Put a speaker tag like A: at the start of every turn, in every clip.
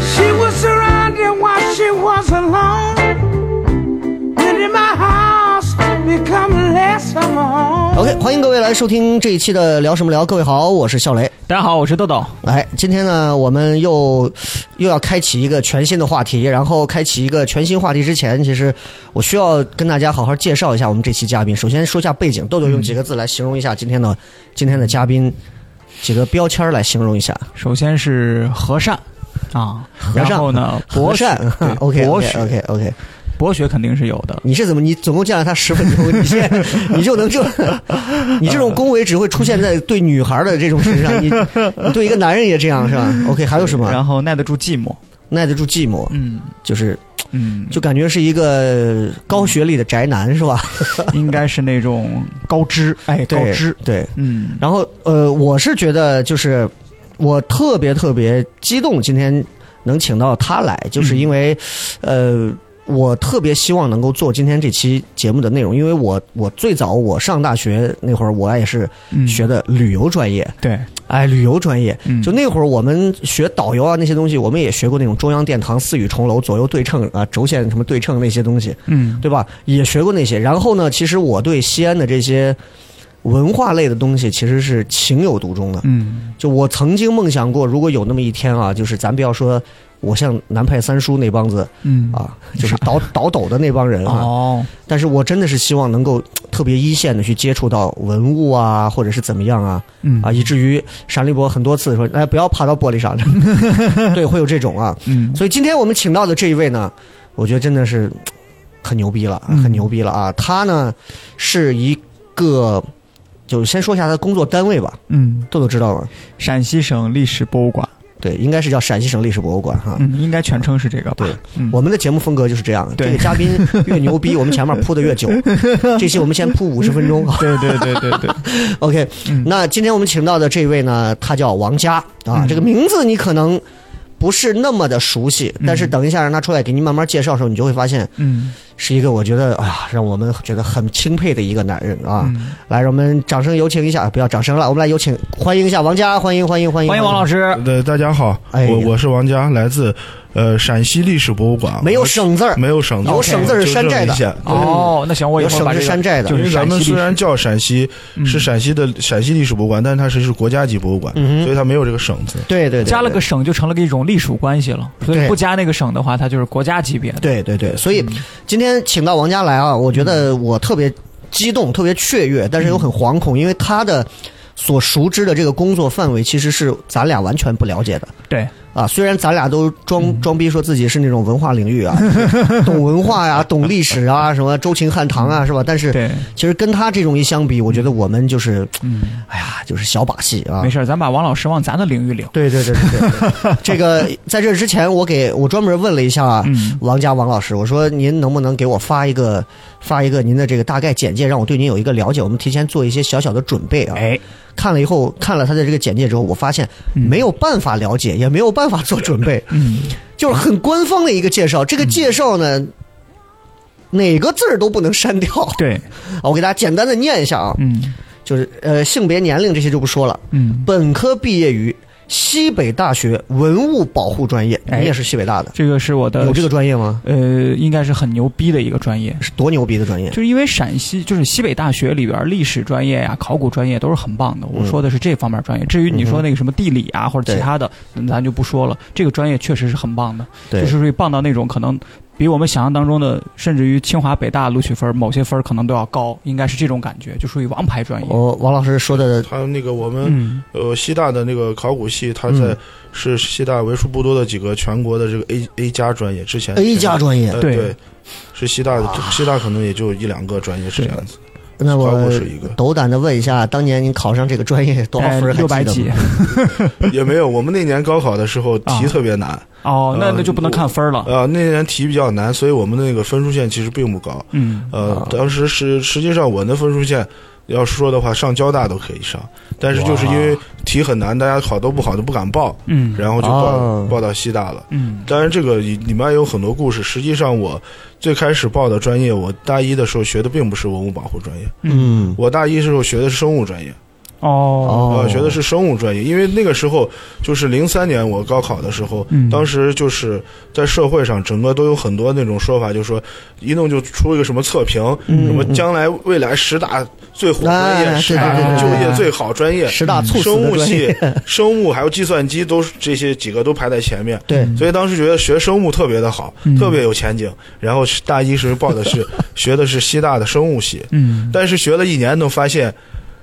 A: She was surrounded while she was alone. Did my house become less of a home?
B: OK，欢迎各位来收听这一期的聊什么聊。各位好，我是笑雷。
C: 大家好，我是豆豆。
B: 来，今天呢，我们又又要开启一个全新的话题。然后开启一个全新话题之前，其实我需要跟大家好好介绍一下我们这期嘉宾。首先说一下背景，豆豆用几个字来形容一下今天的今天的嘉宾，几个标签儿来形容一下。
C: 首先是和善啊，
B: 善
C: 然后呢，博
B: 和
C: 学
B: 善 ，OK
C: 对博
B: OK
C: 学
B: OK OK，
C: 博学肯定是有的。
B: 你是怎么？你总共见了他十分 钟，你现在你就能这，你这种恭维只会出现在对女孩的这种身上，你你对一个男人也这样是吧？OK，还有什么
C: 嗯然后耐得住寂寞，
B: 耐得住寂寞？
C: 嗯
B: 就是
C: 嗯，
B: 就感觉是一个高学历的宅男是吧？
C: 应该是那种高 知，哎，高
B: 对
C: 知，
B: 对。
C: 嗯，
B: 然后呃，我是觉得就是我特别特别激动，今天能请到他来，就是
C: 嗯
B: 因为、呃。我特别希望能够做今天这期节目的内容，因为我我最早我上大学那会儿，我也是
C: 嗯
B: 学的旅游专业，
C: 对，
B: 哎，旅游专业。
C: 嗯
B: 就那会儿我们学导游啊那些东西，我们也学过那种中央殿堂四语重楼、左右对称啊、轴线什么对称那些东西，
C: 嗯
B: 对吧？也学过那些。然后呢，其实我对西安的这些文化类的东西其实是情有独钟的。
C: 嗯
B: 就我曾经梦想过，如果有那么一天啊，就是咱不要说我像南派三叔那帮子
C: 嗯
B: 啊，就是倒倒斗的那帮人啊，
C: 哦，
B: 但是我真的是希望能够特别一线的去接触到文物啊，或者是怎么样啊。
C: 嗯
B: 啊，以至于闪立博很多次说，哎，不要爬到玻璃 上，对，会有这种啊。
C: 嗯
B: 所以今天我们请到的这一位呢，我觉得真的是嘖很牛逼了，
C: 嗯
B: 很牛逼了啊！他呢是一个，就先说一下他的工作单位吧，
C: 嗯，
B: 豆豆知道吗？
C: 陕西省历史博物馆，
B: 对，应该是叫陕西省历史博物馆哈。
C: 嗯，应该全称是这个吧？
B: 对
C: 嗯，
B: 我们的节目风格就是这样，
C: 对
B: 这个嘉宾越牛逼，我们前面铺的越 久。这期我们先铺五十分钟。
C: 对对对对 对，
B: OK，、
C: 嗯
B: 那今天我们请到的这位呢，他叫王佳啊，
C: 嗯
B: 这个名字你可能不是那么的熟悉，但是等一下让他出来给您慢慢介绍的时候，你就会发现
C: 嗯
B: 是一个我觉得啊，让我们觉得很钦佩的一个男人啊。
C: 嗯，
B: 来，让我们掌声有请一下，不要掌声了，我们来有请欢迎一下王佳，欢迎欢迎欢迎
C: 欢迎王老
B: 师，
C: 师，
D: 呃，大家好，
B: 哎呀
D: 我我是王佳，来自呃陕西历史博物馆，
B: 没有
D: 我
B: 省字儿，
D: 没有省字，
B: 有省字儿是山寨的
D: 就这么一
B: 对
C: 哦，那行，我以
B: 有
C: 后把
B: 省是
C: 这个
B: 山寨的
C: 就
D: 线因
C: 是
D: 为咱们
C: 陕西
D: 虽
C: 历史
D: 然叫陕西，
C: 嗯
D: 是陕西的陕西历史博物馆，但是它是是国家级博物馆，
B: 嗯哼
D: 所以它没有这个省字。
B: 对对对，
C: 加了
B: 对。
C: 个省就成了个一种隶属关系了，所
B: 对
C: 以不加那个省的话，它就是国家级别的。
B: 对对对，所
C: 嗯
B: 以今天请到王佳来啊，我觉得我特别激动，特别雀跃，但是又很惶恐，因为他的所熟知的这个工作范围其实是咱俩完全不了解的
C: 对，
B: 啊。虽然咱俩都
C: 嗯
B: 装装逼说自己是那种文化领域啊， 就是懂文化呀、懂历史 啊，什么周秦汉唐啊，是吧？但是
C: 嗯对，
B: 其实跟他这种一相比，我觉得我们就是，
C: 嗯，
B: 哎呀，就是小把戏啊
C: 没。事儿，咱把王老师往咱的领域领。
B: 对对对对 对，这个在这之前，我给我专门问了一下，
C: 嗯
B: 王家王老师，我说您能不能给我发一个发一个您的这个大概简介，让我对您有一个了解？我们提前做一些小小的准备啊。
C: 哎，
B: 看了以后，看了他的这个简介之后，我发现没有办法了解，也没有办法做准 备，
C: 嗯，
B: 就是很官方的一个介绍。这个介绍呢，哪个字儿都不能删掉。
C: 对，
B: 啊我给大家简单的念一下啊，
C: 嗯
B: 就是呃性别、年龄这些就不说了，
C: 嗯，
B: 本科毕业于西北大学文物保护专业，
C: 哎
B: 你也是西北大的，
C: 这个是我的
B: 有这个专业吗？
C: 呃，应该是很牛逼的一个专业，
B: 是多牛逼的专业！
C: 就是因为陕西就是西北大学里边历史专业呀、考古专业都是很棒的。我说的是这方面专业，至于你说那个什么地理啊或者
B: 嗯对
C: 其他的，咱就不说了。这个专业确实是很棒的。
B: 对，
C: 就是属于棒到那种可能比我们想象当中的，甚至于清华、北大录取分某些分可能都要高，应该是这种感觉，就属于王牌专业。
B: 哦，王老师说的
D: 它那个我们
C: 嗯
D: 呃西大的那个考古系，它在
B: 嗯
D: 是西大为数不多的几个全国的这个 A A 加专业，之前
B: A 加专业
D: 呃
C: 对
D: 对，是西大的，西大可能也就一两个专业是这样子，
B: 那
D: 包
B: 我
D: 括是一个
B: 斗胆的问一下，当年你考上这个专业多少分儿还记得
C: 哎六
B: 吗？
C: 百几。
D: 也没有。我们那年高考的时候
B: 啊
D: 题特别难，
C: 哦，那
D: 呃
C: 那就不能看分儿了。
D: 呃，那年题比较难，所以我们那个分数线其实并不高。
C: 嗯，
D: 呃，当时是实际上我的分数线，要说的话，上交大都可以上，但是就是因为题很难，大家考都不好就不敢报，
C: 嗯
D: 然后就报、
B: 哦
D: 报到西大了。
C: 嗯
D: 当然，这个里里面有很多故事。实际上，我最开始报的专业，我大一的时候学的并不是文物保护专业，
B: 嗯，
D: 我大一的时候学的是生物专业，
C: 哦
D: 呃，学的是生物专业，因为那个时候就是零三年我高考的时候，
C: 嗯
D: 当时就是在社会上整个都有很多那种说法，就说一弄就出一个什么测评，
B: 嗯
D: 什么将来未来十大最火专业，
B: 哎
D: 十
B: 对
D: 大
B: 对对
D: 就
B: 对
D: 业
B: 对
D: 最好专业，
B: 十大猝死
D: 生
B: 的
D: 物
B: 专
D: 系
B: 业，、
D: 生物还有计算机都是这些几个都排在前面。
B: 对，
D: 所以当时觉得学生物特别的好，
C: 嗯
D: 特别有前景。然后大一时候报的 是学的是西大的生物系，
C: 嗯，
D: 但是学了一年，都发现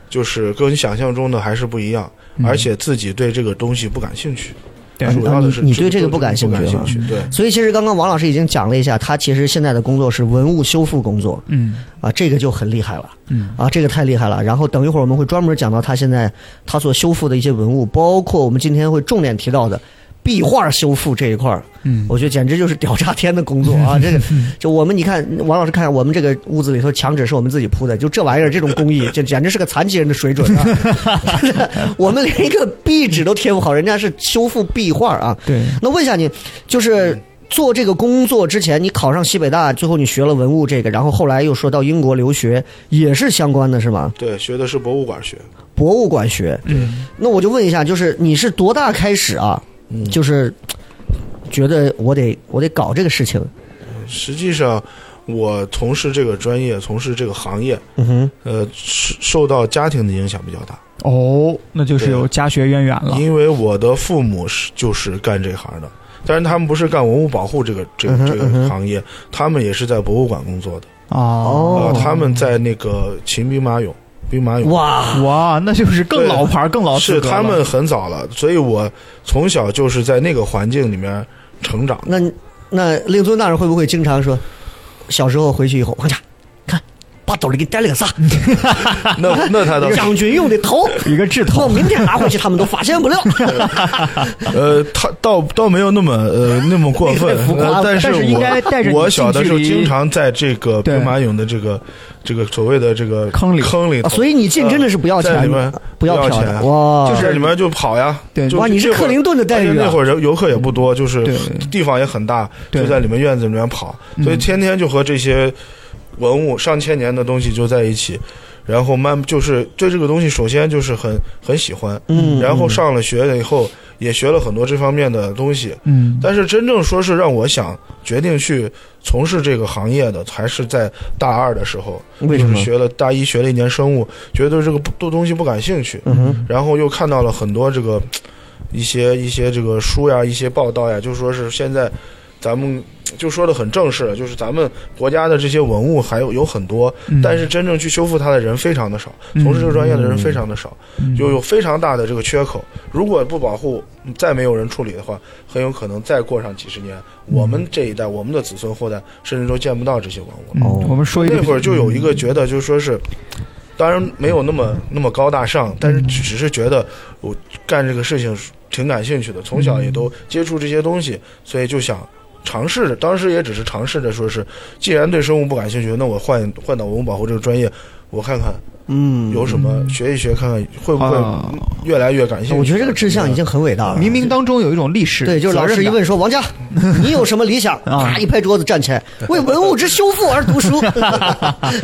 D: 就是跟你想象中的还是不一样，而且自己对这个东西不感兴趣。
C: 对
D: 主要的是
B: 啊你你对这个
D: 不
B: 不感兴趣
D: 兴
B: 啊
D: 趣，对。
B: 所以其实刚刚王老师已经讲了一下，他其实现在的工作是文物修复工作
C: 嗯
B: 啊，这个就很厉害了
C: 嗯
B: 啊，这个太厉害了。然后等一会儿我们会专门讲到他现在他所修复的一些文物，包括我们今天会重点提到的壁画修复这一块儿，
C: 嗯，
B: 我觉得简直就是屌炸天的工作啊！这个就我们你看，王老师看我们这个屋子里头墙纸是我们自己铺的，就这玩意儿这种工艺，这简直是个残疾人的水准啊！ 真的，我们连一个壁纸都贴不好，人家是修复壁画啊。
C: 对，
B: 那问一下你，就是
C: 嗯
B: 做这个工作之前，你考上西北大，最后你学了文物这个，然后后来又说到英国留学，也是相关的是吗？
D: 对，学的是博物馆学，
B: 博物馆学。
C: 嗯
B: 那我就问一下，就是你是多大开始啊？
D: 嗯
B: 就是觉得我得我得搞这个事情。
D: 实际上，我从事这个专业，从事这个行业，
B: 嗯哼，
D: 呃，受受到家庭的影响比较大，
C: 哦，那就是有家学渊源了。
D: 因为我的父母是就是干这行的，但是他们不是干文物保护这个这个
B: 嗯哼
D: 这
B: 嗯
D: 个
B: 哼
D: 行业，他们也是在博物馆工作的，
C: 哦
D: 呃，他们在那个秦兵马俑，兵马俑。
B: 哇，
C: 哇，那就是更老牌儿、更老
D: 是
C: 资格哦了
D: 他们很早了，所以我从小就是在那个环境里面成长。
B: 那那令尊大人会不会经常说，小时候回去以后，王家看把兜里给带了个 啥？
D: 那那他倒是
B: 将军用的头，
C: 一个智
B: 我
C: 头，
B: 明天拿回去他们都发现不了。
D: 呃，他倒倒没有那么呃那么过 分
B: 太浮，夸了
D: 呃但
C: 但是
D: 我
C: 应该带着你
D: 我小的时候
C: 近距离
D: 经常在这个
C: 对
D: 兵马俑的这个这个所谓的这个
C: 坑里
D: 坑里头，
B: 啊所以你进真的是不要
D: 在
B: 钱
D: 里面
B: 的，不要
D: 不要
B: 票的
D: 钱
B: 哇，
D: 就在里面就跑呀。
C: 对
D: 就
B: 哦哇，你是
D: 这会儿
B: 克林顿的待
D: 而
B: 遇
D: 且那
B: 啊！
D: 会儿游游客也不多，就是
C: 对
D: 地方也很大，
C: 对
D: 就在里面院子里面跑，
B: 嗯
D: 所以天天就和这些文物上千年的东西就在一起，然后慢就是对这个东西首先就是很很喜欢，
B: 嗯
D: 然后上了学了以后也学了很多这方面的东西，
C: 嗯
D: 但是真正说是让我想决定去从事这个行业的，还是在大二的时候，
B: 为什么
D: 就是学了大一学了一年生物，觉得对这个不对东西不感兴趣，
B: 嗯哼，
D: 然后又看到了很多这个一些一些这个书呀，一些报道呀，就说是现在咱们就说的很正式了，就是咱们国家的这些文物还有有很多，
C: 嗯
D: 但是真正去修复它的人非常的少，从事这个专业的人非常的少，就有非常大的这个缺口。如果不保护，再没有人处理的话，很有可能再过上几十年，我们这一代、我们的子孙后代，甚至都见不到这些文物了。
C: 嗯我们说一个
D: 那会儿就有一
B: 嗯
D: 个觉得，就是说是，当然没有那么那么高大上，但是
B: 嗯
D: 只是觉得我干这个事情是挺感兴趣的，从小也
B: 嗯
D: 都接触这些东西，所以就想尝试着。当时也只是尝试着说是，既然对生物不感兴趣，那我换换到文物保护这个专业，我看看
B: 嗯，
D: 有什么学一学，看看会不
C: 啊
D: 会越来越感兴趣。
B: 我觉得这个志向已经很伟大了。
C: 冥冥当中有一种历史责
B: 对，
C: 任感，
B: 就是老师一问说王家，你有什么理想？
C: 啊
B: 啪一拍桌子站起来，为文物之修复而读书，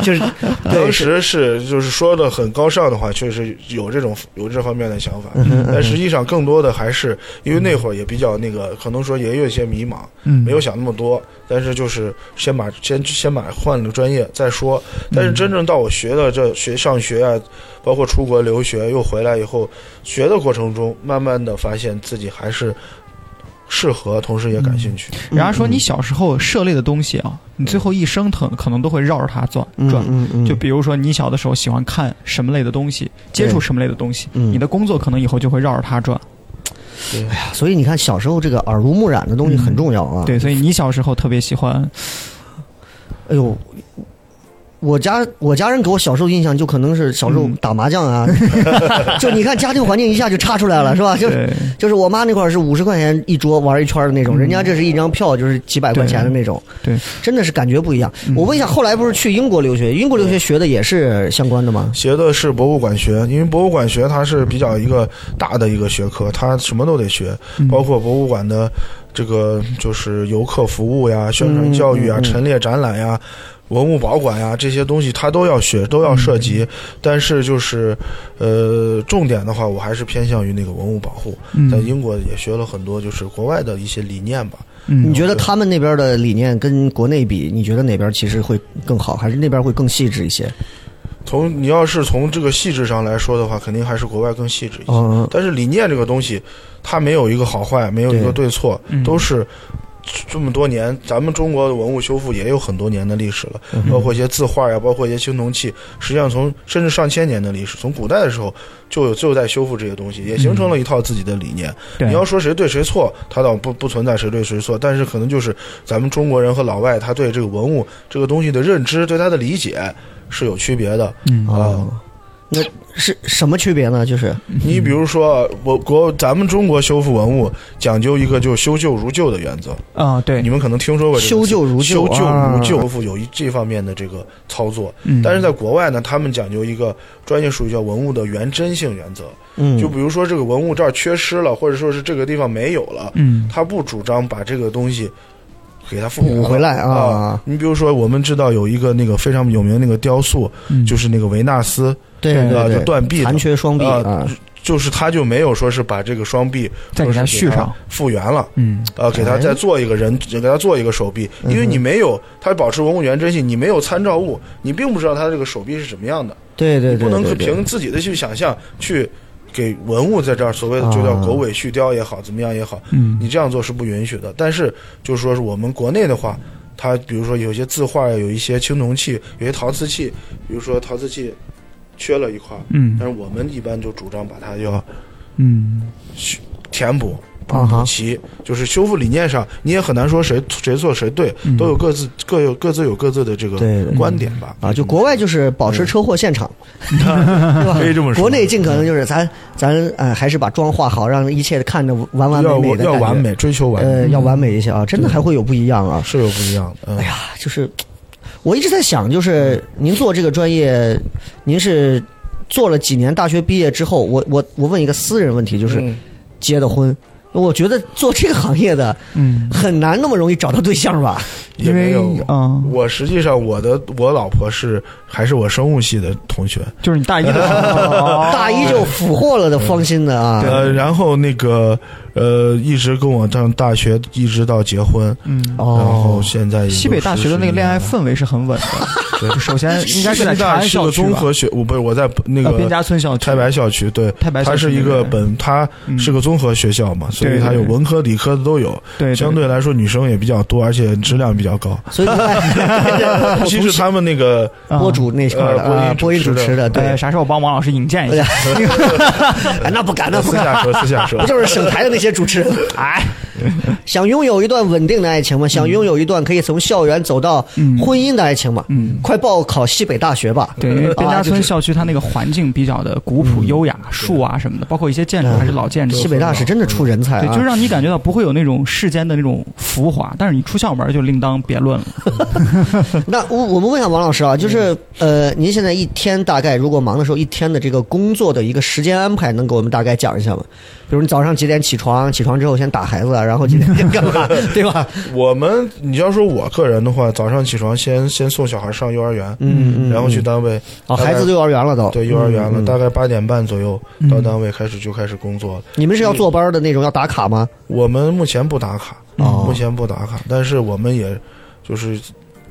B: 就是对
D: 当，时是就是说的很高尚的话，确实有这种有这方面的想法，但实际上更多的还是因为那会儿也比较那个，可能说也有一些迷茫，
C: 嗯，
D: 没有想那么多，但是就是先把先先把换了专业再说。但是真正到我学的这学上学啊，包括出国留学又回来以后，学的过程中，慢慢的发现自己还是适合，同时也感兴趣。
C: 人家说
D: 嗯
C: 你小时候涉猎的东西啊，你最后一生可可能都会绕着它转转。
B: 嗯嗯
C: 就比如说你小的时候喜欢看什么类的东西，接触什么类的东西，
B: 嗯
C: 你的工作可能以后就会绕着它转。
D: 对
B: 哎呀，所以你看，小时候这个耳濡目染的东西很重要啊。
C: 嗯对，所以你小时候特别喜欢，
B: 哎呦，我家我家人给我小时候印象就可能是小时候打麻将啊，就你看家庭环境一下就差出来了，是吧？就是
C: 对
B: 就是我妈那块儿是五十块钱一桌玩一圈的那种，
C: 嗯
B: 人家这是一张票就是几百块钱的那种，
C: 对，
B: 真的是感觉不一样。
D: 嗯
B: 我问一下，后来不是去英国留学，英国留学学的也是相关的吗？
D: 学的是博物馆学，因为博物馆学它是比较一个大的一个学科，它什么都得学，
B: 嗯
D: 包括博物馆的这个就是游客服务呀、宣传教育
B: 嗯
D: 啊、
B: 嗯
D: 陈列展览呀、文物保管呀这些东西，它都要学，都要涉及。
B: 嗯
D: 但是就是呃，重点的话，我还是偏向于那个文物保护。
C: 嗯
D: 在英国也学了很多，就是国外的一些理念吧。
C: 嗯
B: 你觉得他们那边的理念跟国内比，你觉得哪边其实会更好，还是那边会更细致一些？
D: 从你要是从这个细致上来说的话，肯定还是国外更细致一些。
B: 嗯，
D: 但是理念这个东西，它没有一个好坏，没有一个对错，
C: 嗯
D: 都是这么多年，咱们中国的文物修复也有很多年的历史了，
C: 嗯
D: 包括一些字画呀，包括一些青铜器，实际上从甚至上千年的历史，从古代的时候就有就在修复这些东西，也形成了一套自己的理念。
C: 嗯对
D: 你要说谁对谁错，它倒不不存在谁对谁错，但是可能就是咱们中国人和老外他对这个文物这个东西的认知，对它的理解是有区别的。
C: 嗯
D: 啊
B: 哦，那是什么区别呢？就是
D: 你比如说，我国咱们中国修复文物讲究一个就是修旧如旧的原则，
C: 啊，对
D: 你，们可能听说过这个
B: 修旧如旧
D: 修旧
B: 啊
D: 如旧，修复有一这方面的这个操作。
C: 嗯
D: 但是在国外呢，他们讲究一个专业术语叫文物的原真性原则，
B: 嗯，
D: 就比如说这个文物这儿缺失了，或者说是这个地方没有了，
C: 嗯
D: 他不主张把这个东西给它复原
B: 补回来
D: 啊。
B: 啊，
D: 你比如说，我们知道有一个那个非常有名的那个雕塑，
C: 嗯
D: 就是那个维纳斯，
B: 对
C: 对
D: 啊，
B: 对
D: 就
B: 对，
D: 断臂的
B: 残缺双臂
D: 啊
B: 啊，
D: 就是他就没有说是把这个双臂
C: 再给它
D: 说是
C: 续上，
D: 复原了。
C: 嗯
D: 呃，给他
B: 哎
D: 再做一个人，给他做一个手臂，
B: 嗯
D: 因为你没有，他保持文物原真性，你没有参照物，你并不知道他这个手臂是什么样的，
B: 对对
D: 你
B: 对，
D: 不能
B: 对对
D: 凭自己的去想象去给文物在这儿所谓的就叫
B: 啊
D: 狗尾续貂也好，怎么样也好，
C: 嗯
D: 你这样做是不允许的。但是就是说是我们国内的话，它比如说有一些字画呀，有一些青铜器，有一些陶瓷器，比如说陶瓷器缺了一块儿，
C: 嗯
D: 但是我们一般就主张把它要
C: 嗯
D: 填补。
B: 啊哈
D: 补齐就是修复理念上，你也很难说谁谁错谁对，
C: 嗯
D: 都有各自各有各自有各自的这个
B: 对对
D: 观点吧。
B: 啊，就国外就是保持车祸现场，
D: 嗯可以这么说，
B: 国内尽可能就是咱咱呃还是把妆化好，让一切看着完完美
D: 嗯要
B: 美的
D: 要
B: 感觉
D: 完，美，追求完美
B: 呃，要完美一些啊，真的还会有不一样
C: 呃
B: 啊，
D: 是有不一样的。哎呀，
B: 就是我一直在想，就是您做这个专业，您是做了几年？大学毕业之后，我我我问一个私人问题，就是
D: 嗯
B: 结的婚，我觉得做这个行业的
C: 嗯，
B: 很难那么容易找到对象吧？
D: 也
C: 因
D: 没
C: 为
D: 有。
C: 啊，
D: 我实际上我的我老婆是还是我生物系的同学，
C: 就是你大一的 时
D: 哦
C: 候，哦
B: 大一就俘获了的，芳心的啊！
D: 呃，然后那个呃，一直跟我上大学，一直到结婚，
C: 嗯。
D: 然后
B: 哦，
D: 现在也
C: 西北大学的那个恋爱氛围是很稳的，就首先应该
D: 西
C: 是在长
D: 北大
C: 安
D: 是
C: 校
D: 个
C: 区
D: 综
C: 吧
D: 合学，我不是我在那
C: 呃边
D: 个
C: 家村校区，
D: 太白校区，对，
C: 太白校
D: 它
C: 区
D: 是一个本，它
C: 嗯
D: 是个综合学校嘛，所以它有文科、理科的都有，
C: 对
D: 相对来说女生也比较多，而且质量比
C: 啊
D: 较高。
B: 所以
D: 尤其是他们那个，
B: 播主那块儿的啊，播
D: 呃播
B: 音
D: 音
B: 主
D: 主
B: 持
D: 持
B: 的，
D: 的
B: 对
C: 对，，哎啥时候帮王老师引荐一下？
B: 哎 那不敢，那不
D: 呃私
B: 敢。
D: 下说，私下说
B: 不，就是省台的那些主 持人？哎，想拥有一段稳定的爱情吗？
C: 嗯
B: 想拥有一段可以从校园走到婚姻的爱情吗？
C: 嗯
B: 快报考西北大学吧。
C: 对，因为
B: 啊
C: 边家
B: 就是
C: 村校区它那个环境比较的古朴优雅，树啊什么的，包括一些建筑还是老建筑。
B: 西北大是真的出人才
C: 对，
B: 啊！
C: 就让你感觉到不会有那种世间的那种浮华，但是你出校门就另当别论了。
B: 那我我们问一下王老师啊，就是
D: 嗯
B: 呃，您现在一天大概如果忙的时候，一天的这个工作的一个时间安排，能给我们大概讲一下吗？比如你早上几点起床？起床之后先打孩子，然后几点
D: 嗯
B: 干嘛， 对吧？
D: 我们你要说我个人的话，早上起床先先送小孩上幼儿园，
B: 嗯嗯。
D: 然后去单位，
B: 哦，
D: 大概
B: 孩子都幼儿园了都。
D: 对幼儿园了，
B: 嗯嗯嗯
D: 大概八点半左右到单位开始就开始工作了。
B: 你们是要坐班的那种，要打卡吗？
D: 我们目前不打卡，
B: 哦
D: 目前不打卡，但是我们也就是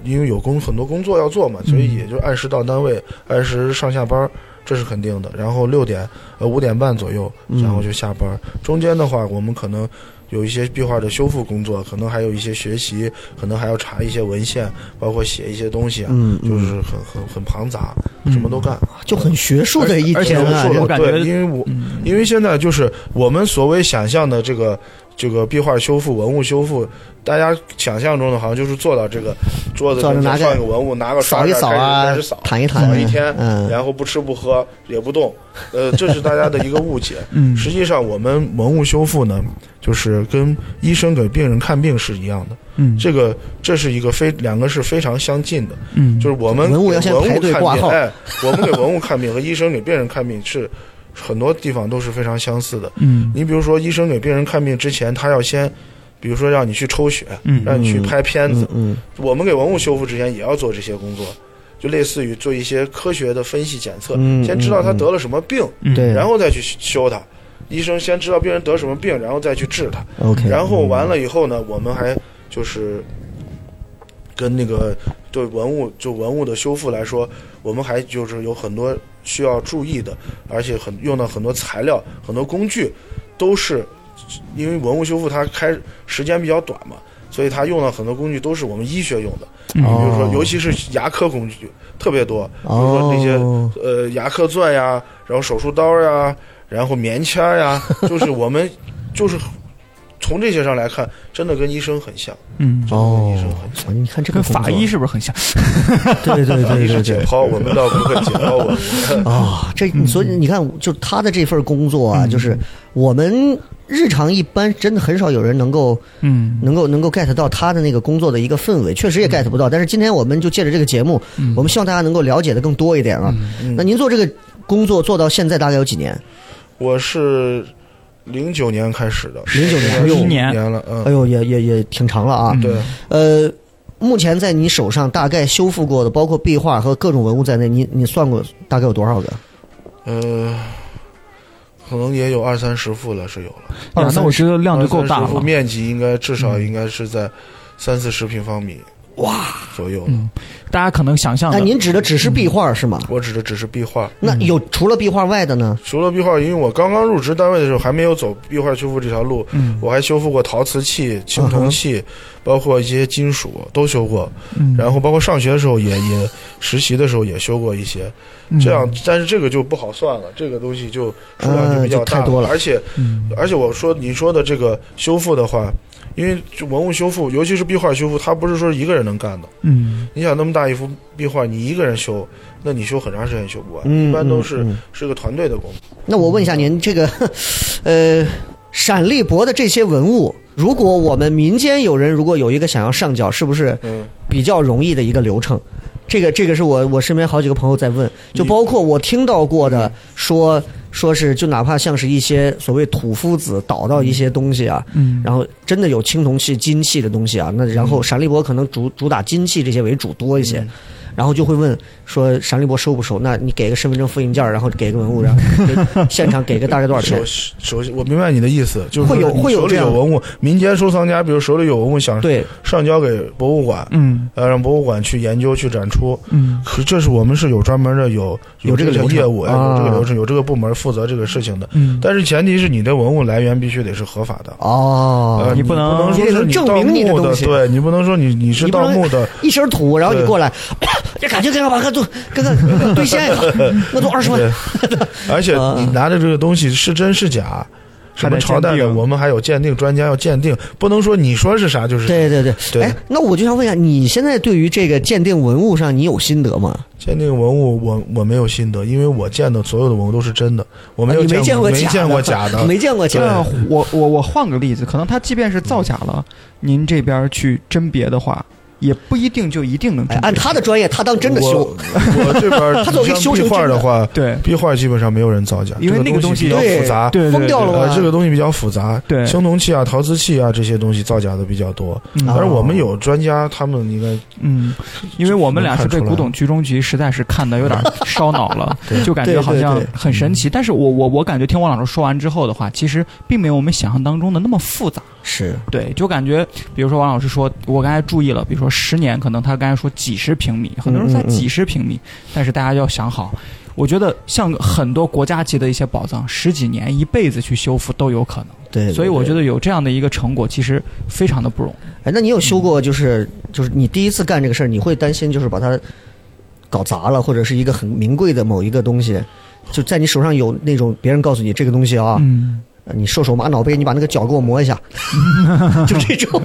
D: 因为有工很多工作要做嘛，
B: 嗯
D: 所以也就按时到单位，按时上下班儿，这是肯
B: 嗯
D: 定的。然后六点呃五点半左右，然后就下班儿。中间的话，我们可能有一些壁画的修复工作，可能还有一些学习，可能还要查一些文献，包括写一些东西啊，
B: 嗯嗯
D: 就是很很很庞杂，什么都干。
B: 就很学术的一
D: 而且
B: 天
D: 我
B: 啊
D: 说，了
C: 我
B: 就
C: 感
D: 对
C: 觉
D: 因为我
C: 嗯，
D: 因为现在就是我们所谓想象的这个这个壁画修复、文物修复，大家想象中的好像就是坐到这个桌子
B: 坐着
D: 上
B: 拿个
D: 面放一个文物，拿个
B: 扫
D: 刷
B: 一
D: 子
B: 扫
D: 开
B: 啊
D: 始开始扫，，
B: 弹一
D: 扫
B: 弹，
D: 一天，
B: 嗯，
D: 然后不吃不喝也不动， 呃，这是大家的一个误解。
C: 嗯
D: 实际上，我们文物修复呢，就是跟医生给病人看病是一样的，
C: 嗯
D: 这个这是一个非两个是非常相近的，
C: 嗯，
D: 就是我们
B: 文物要
D: 给
B: 先排队
D: 看
B: 挂
D: 病
B: 号
D: 哎，我们给文物看病和医生给病人看病是很多地方都是非常相似的。
C: 嗯
D: 你比如说，医生给病人看病之前，他要先，比如说让你去抽血，
C: 嗯
D: 让你去
B: 嗯
D: 拍片子
B: 嗯，嗯
D: 我们给文物修复之前也要做这些工作，就类似于做一些科学的分析检测，
B: 嗯
D: 先知道他得了什么病，
C: 嗯
B: 对
D: 然后再去修它。医生先知道病人得什么病，然后再去治他。
B: ，OK，哦嗯
D: 然后完了以后呢，我们还就是跟那个对文物就文物的修复来说，我们还就是有很多需要注意的，而且很用到很多材料、很多工具，都是因为文物修复它开时间比较短嘛，所以它用到很多工具都是我们医学用的，
C: 嗯
D: 比如说
B: 哦
D: 尤其是牙科工具特别多，比如说那些、
B: 哦，
D: 呃牙科钻呀，然后手术刀呀，然后棉签儿呀，就是我们就是从这些上来看，真的跟医生很像，
C: 嗯，
D: 真的跟医生
B: 哦
D: 很像。，
B: 你看这个
C: 跟法医，是不是很像？
B: 对对
D: 法医
B: 对
D: 是
B: 对
D: 解
B: 对。
D: 剖，我们倒不会解剖我 们。
B: 啊，这所以你看，就他的这份工作啊，就是我们日常一般真的很少有人能够
C: 嗯
B: 能够能够 get 到他的那个工作的一个氛围，确实也 get 不到。但是今天我们就借着这个节目，我们希望大家能够了解的更多一点啊。那您做这个工作做到现在大概有几年？
D: 我是零九年开始的，
B: 零九年，哎
C: 11
B: 呦，
C: 年
D: 年了，
B: 哎
D: 嗯，
B: 呦，也也也挺长了啊。
D: 对，
B: 呃，目前在你手上大概修复过的，包括壁画和各种文物在内，你你算过大概有多少个？
D: 呃，可能也有二三十幅了，是有了。
C: 呀，那我觉得量就够大
D: 二三十幅
C: 了。
D: 面积应该至少应该是在三四十平方米哇左右了。
C: 嗯大家可能想象
B: 那
C: 的，
B: 您指的只是壁画是吗？
D: 我指的只是壁画，
B: 那有除了壁画外的呢？
D: 除了壁画，因为我刚刚入职单位的时候还没有走壁画修复这条路，
C: 嗯
D: 我还修复过陶瓷器、青铜
B: 嗯
D: 器，包括一些金属都修过。
C: 嗯
D: 然后包括上学的时候也也实习的时候也修过一些。
B: 嗯
C: 嗯
D: 这样，但是这个就不好算了，这个东西就数量就比较
B: 嗯就
D: 大、
B: 太多了
D: 而且
C: 嗯
D: 而且我说你说的这个修复的话，因为就文物修复，尤其是壁画修复，它不是说一个人能干的。
C: 嗯
D: 你想那么大一幅壁画，你一个人修，那你修很长时间也修不完，
B: 嗯
D: 一般都
B: 嗯
D: 是、
B: 嗯
D: 是个团队的工作。
B: 那我问一下您，这个， 呃，闪立博的这些文物，如果我们民间有人如果有一个想要上缴，是不是
D: 嗯，
B: 比较容易的一个流程？这个这个是我我身边好几个朋友在
D: 嗯
B: 问，就包括我听到过的说说是就哪怕像是一些所谓土夫子倒到一些东西啊，
C: 嗯，
B: 然后真的有青铜器、金器的东西啊，那然后闪立博可能主主打金器这些为主多一些，然后就会问说闪立博收不收？那你给个身份证复印件儿，然后给个文物，然后给现场给个大概多少钱
D: 啊首？首先我明白你的意思，就是
B: 会有
D: 你
B: 会有
D: 手里
B: 这样
D: 有文物，民间收藏家，比如手里有文物想
B: 对，
D: 上交给博物馆，
C: 嗯
D: 呃，让博物馆去研究去展出。
C: 嗯
D: 可这是我们是有专门的有
B: 有这个
D: 个
B: 流程
D: 业务，哎
B: 啊
D: 有这个流程，有这个部门负责这个事情的。
C: 嗯，
D: 但是前提是你的文物来源必须得是合法的。
B: 哦
D: 呃，，
C: 你
D: 不
C: 不能
D: 能
B: 你
D: 说
B: 得
D: 是
B: 能证
D: 盗
B: 明你的
D: 墓的
B: 东，西
D: 对你不能说你你是
B: 你不
D: 盗
B: 能
D: 墓的，
B: 一身土，然后你过来，这感觉跟把它都跟个兑现呀，那都二十万，
D: 而且
B: 啊
D: 你拿着这个东西是真是假，什
C: 还
D: 么
C: 得
D: 朝代
C: 鉴
D: 的，
C: 定
D: 我们还有鉴定专家要鉴定，不能说你说是啥就是啥。
B: 对对对。
D: 对
B: 哎，那我就想问一下，你现在对于这个鉴定文物上，你有心得吗？
D: 鉴定文物我我没有心得，因为我见的所有的文物都是真的，我没有
B: 啊你没
D: 见
B: 过
D: 没见过假的，
B: 没见过假
D: 对
B: 的
C: 那。我我我换个例子，可能它即便是造假了，您这边去甄别的话，也不一定就一定能
B: 哎，
C: 甄别。
B: 按他的专业，他当真的修
D: 我。我这边儿
B: 他作为
D: 像
B: 修
D: 壁
B: 成
D: 画
B: 真
D: 的
B: 的
D: 话，
C: 对
D: 壁画基本上没有人造假，
C: 因为
D: 这
C: 那个
D: 东
C: 东
D: 西
C: 西
D: 比较
B: 对
D: 复杂。
C: 对对
B: 疯掉了
D: 呃，
B: 吧
D: 这个东西比较复杂，
C: 对
D: 青铜器啊、陶瓷器啊这些东西造假的比较多，
C: 嗯
D: 但是我们
B: 哦
D: 有专家，他们应该
C: 嗯，因为我们俩是被
D: 能看出来
C: 古董局中局实在是看的有 点烧脑了，就感觉好像
B: 对对对
C: 很神
D: 嗯
C: 奇。但是我我我感觉听王老师说完之后的话，其实并没有我们想象当中的那么复杂。
B: 是，
C: 对，就感觉，比如说王老师说，我刚才注意了，比如
D: 嗯
C: 说十年，可能他刚才说几十平米，很多人说在几十平米，但是大家要想好，我觉得像很多国家级的一些宝藏，十几年、一辈子去修复都有可能。
B: 对，对
C: 所以我
B: 对
C: 觉得有这样的一个成果，其实非常的不容易。
B: 哎，那你有修过就是就是你第一次干这个事儿，你会担心就是把它搞砸了，或者是一个很名贵的某一个东西，就在你手上有那种别人告诉你这个东西啊，
C: 嗯，
B: 你受手玛瑙杯，你把那个脚给我磨一下，就这种，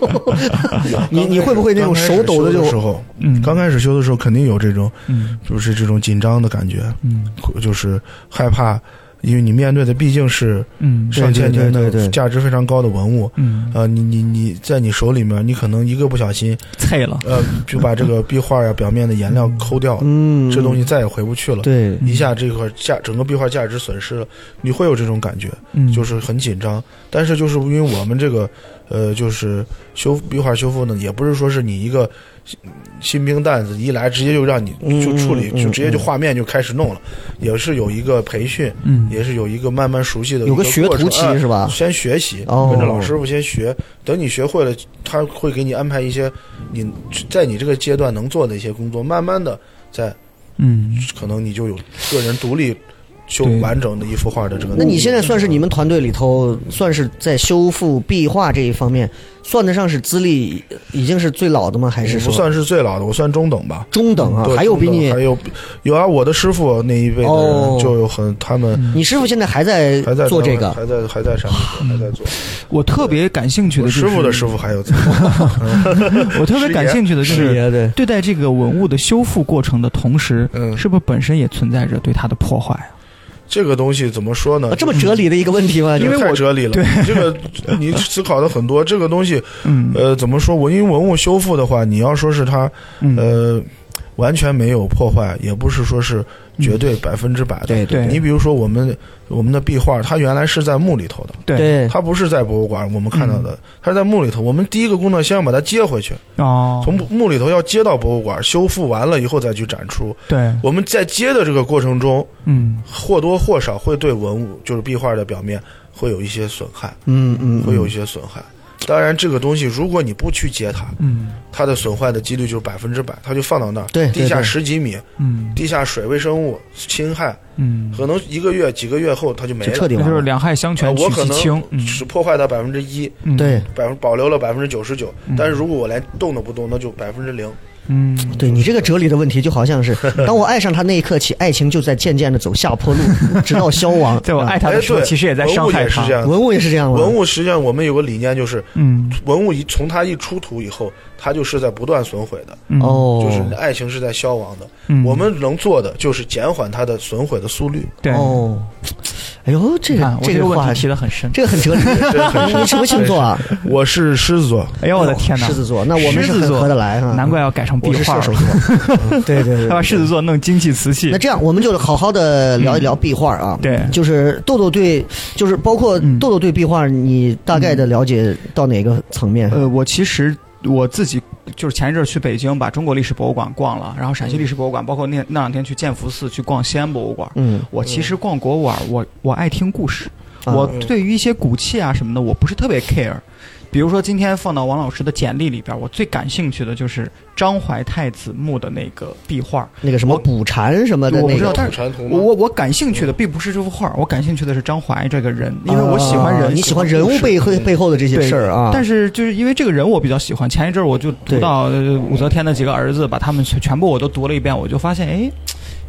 B: 你你会不会那种手抖的
D: 刚开
B: 就
D: 始修的时候，
C: 嗯
D: 刚开始修的时候肯定有这种，
C: 嗯
D: 就是这种紧张的感觉，
C: 嗯
D: 就是害怕，因为你面对的毕竟是
C: 嗯
D: 上千
B: 对对
D: 年
B: 对对
D: 的
B: 对
D: 价值非常高的文物。
C: 嗯，
D: 呃，你你你在你手里面，你可能一个不小心，
C: 脆了。
D: 呃，就把这个壁画呀表面的颜料抠掉了，
B: 嗯，
D: 这东西再也回不去了。
B: 对，
D: 一下这块价整个壁画价值损失了，你会有这种感觉，
C: 嗯，
D: 就是很紧张。但是就是因为我们这个，呃，就是修壁画修复呢，也不是说是你一个新新兵蛋子一来直接就让你
B: 嗯
D: 就处理，
B: 嗯
D: 就直接就
B: 嗯
D: 画面就开始弄了，也是有一个培训，
C: 嗯
D: 也是有一个慢慢熟悉的
B: 有
D: 一个
B: 个学
D: 过
B: 徒
D: 程
B: 期
D: 哎
B: 是吧？
D: 先学习，
B: 啊哦
D: 跟着老师傅先学。等你学会了，他会给你安排一些你在你这个阶段能做的一些工作，慢慢的在
C: 嗯，
D: 可能你就有个人独立修
C: 对
D: 完整的一幅画的这个能力。
B: 那你现在算是你们团队里头，算是在修复壁画这一方面，算得上是资历已经是最老的吗？还是
D: 我不
B: 说
D: 算是最老的，我算中等吧。
B: 中等啊？
D: 对
B: 还有比
D: 中等
B: 你
D: 还有有啊，我的师傅那一辈的
B: 哦
D: 人就有很他们
B: 你师傅现在还在
D: 还在
B: 哦做这个？
D: 还在还在山里做，还在做。
C: 我特别感兴趣的
D: 我
C: 就是
D: 师傅的师傅还有在做，
C: 我特别感兴趣的就是。啊
B: 对，
C: 对待这个文物的修复过程的同时，
D: 嗯
C: 是不是本身也存在着对它的破坏啊？
D: 这个东西怎么说呢
B: 啊？这么哲理的一个问题吗？
D: 这个
B: 就
D: 太哲理了，你这个你思考的很多。这个东西，
C: 嗯
D: 呃，怎么说？文因为文物修复的话，你要说是它，
C: 嗯
D: 呃，完全没有破坏，也不是说是绝对百分之百的。
B: 嗯对
C: 对
D: 你比如说我们我们的壁画，它原来是在墓里头的，
C: 对
B: 对嗯
D: 它不是在博物馆我们看到的，它是在墓里头。我们第一个工作先要把它接回去，
C: 哦，
D: 从墓里头要接到博物馆，修复完了以后再去展出。
B: 嗯
C: 对
D: 我们在接的这个过程中，
C: 嗯
D: 或多或少会对文物，就是壁画的表面会有一些损害，
B: 嗯嗯，
D: 会有一些损害。当然，这个东西如果你不去接它，
C: 嗯
D: 它的损坏的几率就是百分之百，它就放到那儿，
B: 对对
D: 地下
B: 对
D: 十几米，
C: 嗯
D: 地下水微生物侵害，
C: 嗯，
D: 可能一个月、几个月后它就
B: 嗯
D: 没
B: 就
D: 了。
B: 彻底
C: 那
B: 完
C: 就是
B: 了。
C: 两害相
D: 呃
C: 权取
D: 我可
C: 其轻，
D: 能只破坏到百分之一，
C: 嗯
B: 对，
D: 百分保留了百分之九十九
C: 嗯，
D: 但是如果我连动都不动，那就百分之零。
C: 嗯
B: 对你这个哲理的问题，就好像 是当我爱上他那一刻起，爱情就在渐渐的走下坡路， 直到消 亡。啊
C: 在我爱他
D: 哎，
C: 的时候，
D: 对，
C: 其实也在伤害
D: 文物也是
C: 他
D: 这。样。
B: 文物也是这样吗？
D: 文物实际上我们有个理念，就是
C: 嗯
D: 文物一从它一出土以后，它就是在不断损毁的，
C: 嗯
B: 哦，
D: 就是你的爱情是在消亡的。
C: 嗯
D: 我们能做的就是减缓它的损毁的速率。
C: 对，
B: 哦，哎呦，这
C: 你看
B: 个
C: 我
B: 这
C: 这个
B: 个
C: 问
B: 话
C: 题提的很深。
B: 这个很哲 理。你什么星座啊？
D: 我是狮子座，
C: 哎呦我的天哪！
B: 狮子座，那嗯我们是
C: 狮子
B: 很
C: 座
B: 合得来哈。
C: 难怪要改成
B: 我
C: 壁
B: 是
C: 画
B: 射手
C: 了，
B: 座。 对对对，
C: 他把狮子座弄精气瓷器
B: 那。这样，我们就好好的聊一聊壁画啊。
C: 对
B: 就是豆豆对，就是包括
C: 嗯
B: 豆豆对壁画，你大概的了解到哪个层面？
C: 呃，我其实我自己就是前一阵儿去北京，把中国历史博物馆逛了，然后陕西历史博物馆，包括那那两天去建福寺去逛西安博物馆。
B: 嗯，
C: 我其实逛国馆，我我爱听故事，
B: 啊
C: 我对于一些古器啊什么的，我不是特别 care。比如说今天放到王老师的简历里边，我最感兴趣的就是张怀太子墓的那个壁画。
B: 那个什么
C: 我
B: 补禅什么的
C: 我不
B: 那
C: 知道
B: 个，
C: 但是
D: 传统
C: 我我我感兴趣的并不是这幅画，我感兴趣的是张怀这个人，因为我喜欢
B: 嗯
C: 人，
B: 啊你喜欢人
C: 故
B: 物
C: 事
B: 背后背后的这些
C: 对
B: 事儿啊。
C: 但
B: 是
C: 是就是因为这个人我比较喜欢，前一阵儿我就读
B: 对
C: 到呃武则天的几个儿子，把他们全全部我都读了一遍，我就发现哎，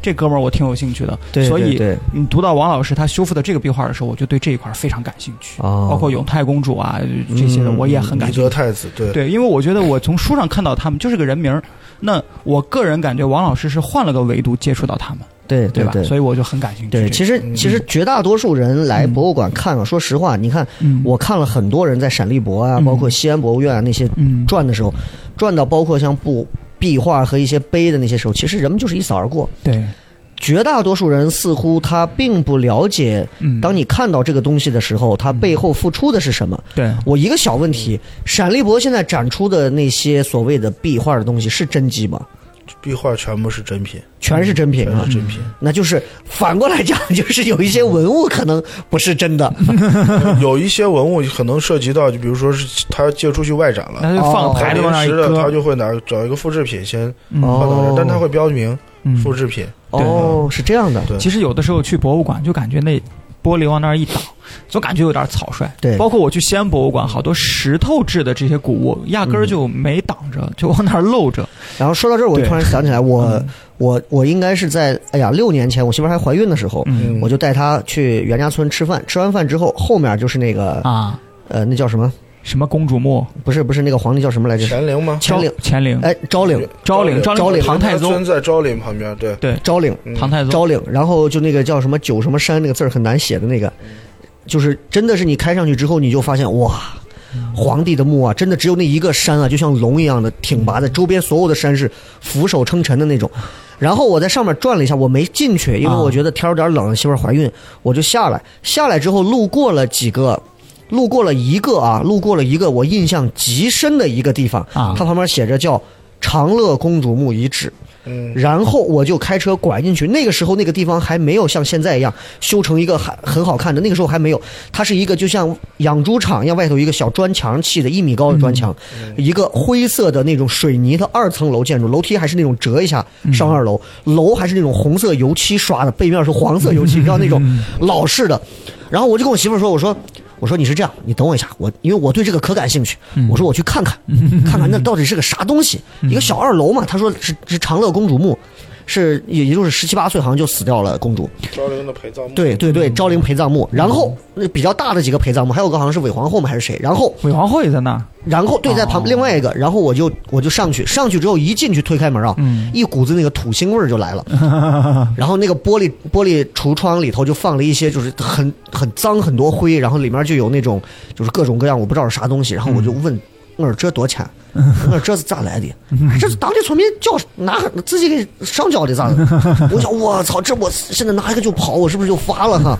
C: 这哥们儿我挺有兴趣的。
B: 对
C: 所以
B: 对对
C: 你读到王老师他修复的这个壁画的时候，我就对这一块儿非常感兴趣，
B: 哦
C: 包括永泰公主啊这些的，
B: 嗯
C: 我也很感
D: 彼
C: 兴
D: 得
C: 趣。
D: 太子，对，
C: 对，因为我觉得我从书上看到他们就是个人名儿，那我个人感觉王老师是换了个维度接触到他们，
B: 对
C: 对吧？
B: 对
C: 所以我就很感兴趣嗯这个。
B: 对，其实其实绝大多数人来博物馆看啊，说实话，你看
C: 嗯
B: 我看了很多人在陕历博啊，
C: 嗯
B: 包括西安博物院啊那些
C: 嗯
B: 转的时候，转到包括像布壁画和一些碑的那些时候，其实人们就是一扫而过。
C: 对，
B: 绝大多数人似乎他并不了解，
C: 嗯，
B: 当你看到这个东西的时候，它背后付出的是什么。
C: 对
B: 我一个小问题，闪立博现在展出的那些所谓的壁画的东西是真迹吗？
D: 壁画全部是真品，
B: 全是真品
D: 全
B: 啊
D: 是。真品。
B: 那就是反过来讲， 就是有一些文物可能不是真的，
D: 有一些文物可能涉及到，就比如说是他借出去外展了，
C: 那就放
B: 哦
C: 个
D: 他
C: 牌子往那儿
D: 临
C: 一
D: 时的他
C: 搁，
D: 就会拿找一个复制品先
C: 嗯
D: 放到这
B: 哦
D: 儿，但他会标明
C: 嗯
D: 复制品。
B: 哦，是这样的，
D: 对
C: 其实有的时候去博物馆，就感觉那玻璃往那儿一挡，总感觉有点草率。
B: 对
C: 包括我去西安博物馆，好多石头制的这些古物，压根儿就没挡着，
B: 嗯
C: 就往那儿露着。
B: 然后说到这儿，我
C: 对
B: 突然想起来，我
C: 嗯
B: 我我应该是在哎呀六年前，我媳妇儿还怀孕的时候，
C: 嗯
D: 嗯
B: 我就带她去袁家村吃饭。吃完饭之后，后面就是那个、
C: 啊，
B: 呃，那叫什么？
C: 什么公主墓、
B: 不是不是那个皇帝叫什么来着？
D: 乾陵吗？
B: 乾陵
C: 乾陵、
B: 哎，昭陵，
C: 昭陵、
D: 昭
C: 昭
B: 陵
C: 陵、唐太
D: 村
C: 宗、
D: 在昭陵旁边，对，
B: 昭陵，
D: 嗯
C: 唐太宗。
B: 昭陵。然后就那个叫什么九什么山那个字儿很难写的那个，就是真的是你开上去之后，你就发现哇。皇帝的墓啊，真的只有那一个山啊，就像龙一样的挺拔的，周边所有的山是俯首称臣的那种。然后我在上面转了一下，我没进去，因为
C: 啊
B: 我觉得天有点冷，媳妇儿怀孕，我就下来。下来之后，路过了几个，路过了一个啊，路过了一个我印象极深的一个地方，
C: 啊
B: 它旁边写着叫长乐公主墓遗址。
D: 嗯，
B: 然后我就开车拐进去。那个时候那个地方还没有像现在一样修成一个很很好看的，那个时候还没有，它是一个就像养猪场一样，外头一个小砖墙砌的，一米高的砖墙，一个灰色的那种水泥的二层楼建筑，楼梯还是那种折一下上二楼，楼还是那种红色油漆刷的，背面是黄色油漆，你知道那种老式的。然后我就跟我媳妇儿说，我说。我说你是这样，你等我一下，我因为我对这个可感兴趣，我说我去看看，看看那到底是个啥东西，一个小二楼嘛，他说是是长乐公主墓，是也也就是十七八岁好像就死掉了公主，
D: 昭陵的陪葬墓。
B: 对对对，昭陵陪葬墓，然后那比较大的几个陪葬墓，还有个好像是韦皇后嘛还是谁，然后
C: 韦皇后也在那儿，
B: 然后对在旁另外一个，然后我就我就上去，上去之后一进去推开门啊，一股子那个土腥味儿就来了，然后那个玻璃玻璃橱窗里头就放了一些就是很很脏很多灰，然后里面就有那种就是各种各样我不知道是啥东西，然后我就问。我说这多钱？我说这是咋来的？啊这是当地村民叫拿自己给上交的咋 的？我想我操，这我现在拿一个就跑，我是不是就发了哈？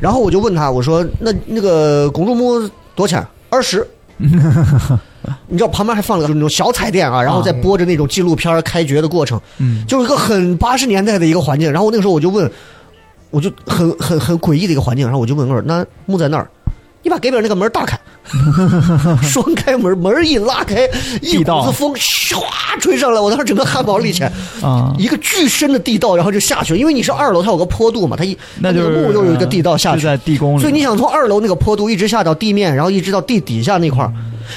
B: 然后我就问他，我说那那个公主墓多少钱？二十。你知道旁边还放了个那种小彩电啊，然后再播着那种纪录片儿开掘的过程，
C: 嗯，
B: 就是一个很八十年代的一个环境。然后那个时候我就问，我就很很很诡异的一个环境，然后我就问我说：“那墓在那儿？你把给边那个门打开， 双开门，门一拉开，一
C: 地
B: 股
C: 道
B: 子风唰吹上来，我当时整个汗毛立起来，
C: 啊
B: 一个巨深的地道，然后就下去了，因为你是二楼，它有个坡度嘛，它一
C: 那就是
B: 个墓又有一个地道下去，
C: 就在地宫里。
B: 所以你想从二楼那个坡度一直下到地面，然后一直到地底下那块儿，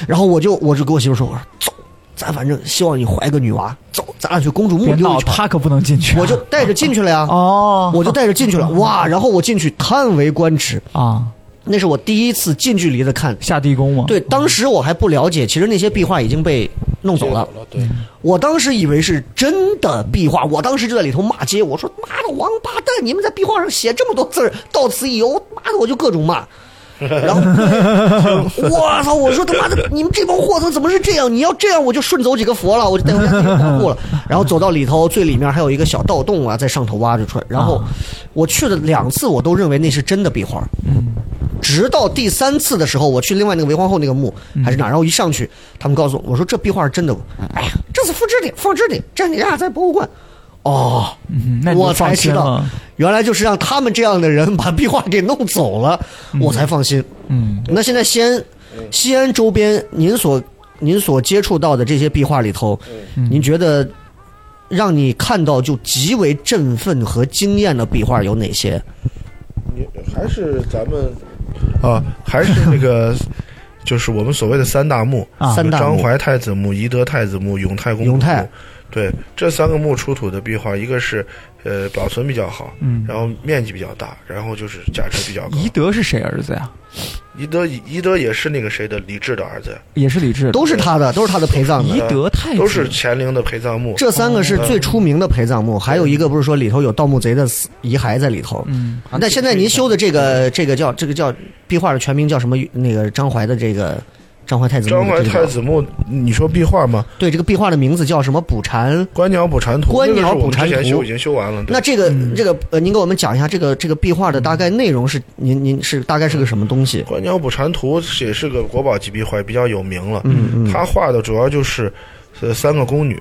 B: 然后我就我就跟我媳妇说，我说走，咱反正希望你怀个女娃，走，咱俩去公主墓
C: 别
B: 溜
C: 闹，
B: 一圈，
C: 他可不能进去啊。
B: 我就带着进去了呀，
C: 哦，
B: 我就带着进去了，哇，然后我进去叹为观止，
C: 啊
B: 那是我第一次近距离的看。
C: 下地宫嘛。
B: 对，当时我还不了解，其实那些壁画已经被弄走了。
D: 了，对，
B: 我当时以为是真的壁画，我当时就在里头骂街，我说妈的王八蛋，你们在壁画上写这么多字儿，到此一游，妈的我就各种骂。 然后，我操！我说他妈的，你们这帮货色怎么是这样？你要这样，我就顺走几个佛了，我就带回家自己保护了。然后走到里头最里面还有一个小盗洞啊，在上头挖着穿。然后我去了两次，我都认为那是真的壁画。直到第三次的时候，我去另外那个韦皇后那个墓
C: 嗯
B: 还是哪儿，然后一上去，他们告诉我，我说这壁画是真的，哎呀，这是复制的，复制的，这你俩在博物馆。哦，
C: 嗯，那你就
B: 我才
C: 放心
B: 知道
C: 了。，
B: 原来就是让他们这样的人把壁画给弄走了，我才放心。
C: 嗯，
B: 那现在西安，西安周边您所您所接触到的这些壁画里头，您觉得让你看到就极为振奋和惊艳的壁画有哪些？
D: 你还是咱们啊，还是那个，就是我们所谓的三大墓。
C: 啊
B: 三大
D: 张
B: 墓
D: 怀太子墓、仪德太子墓、永泰公主
B: 永
D: 墓
B: 泰，
D: 对这三个墓出土的壁画，一个是呃保存比较好，
C: 嗯
D: 然后面积比较大，然后就是价值比较高。
C: 宜德是谁儿子呀？
D: 仪德仪德也是那个谁的李治的儿子，
C: 也是李治的。
B: 都是他的，都是他的陪葬
C: 宜
B: 的。
C: 德太子
D: 都是乾陵的陪葬墓。
B: 这三个是最出名的陪葬墓，还有一个不是说里头有盗墓贼的死遗骸在里头。
C: 嗯。
B: 那现在您修的这个这个叫这个叫壁画的全名叫什么？那个张怀的这个张怀太子墓
D: 张
B: 的
D: 怀
B: 这个
D: 太子墓，你说壁画吗？
B: 对这个壁画的名字叫什么？捕蝉。
D: 观鸟捕蝉图，
B: 观鸟
D: 那个是我
B: 捕
D: 们
B: 蝉
D: 之前
B: 图
D: 修已经修完了。对
B: 那这个
C: 嗯
B: 这个呃，您给我们讲一下这个这个壁画的大概内容是您您是大概是个什么东西？
D: 观鸟捕蝉图也是个国宝级壁画，比较有名了。
B: 嗯嗯
D: 他画的主要就是，呃三个宫女，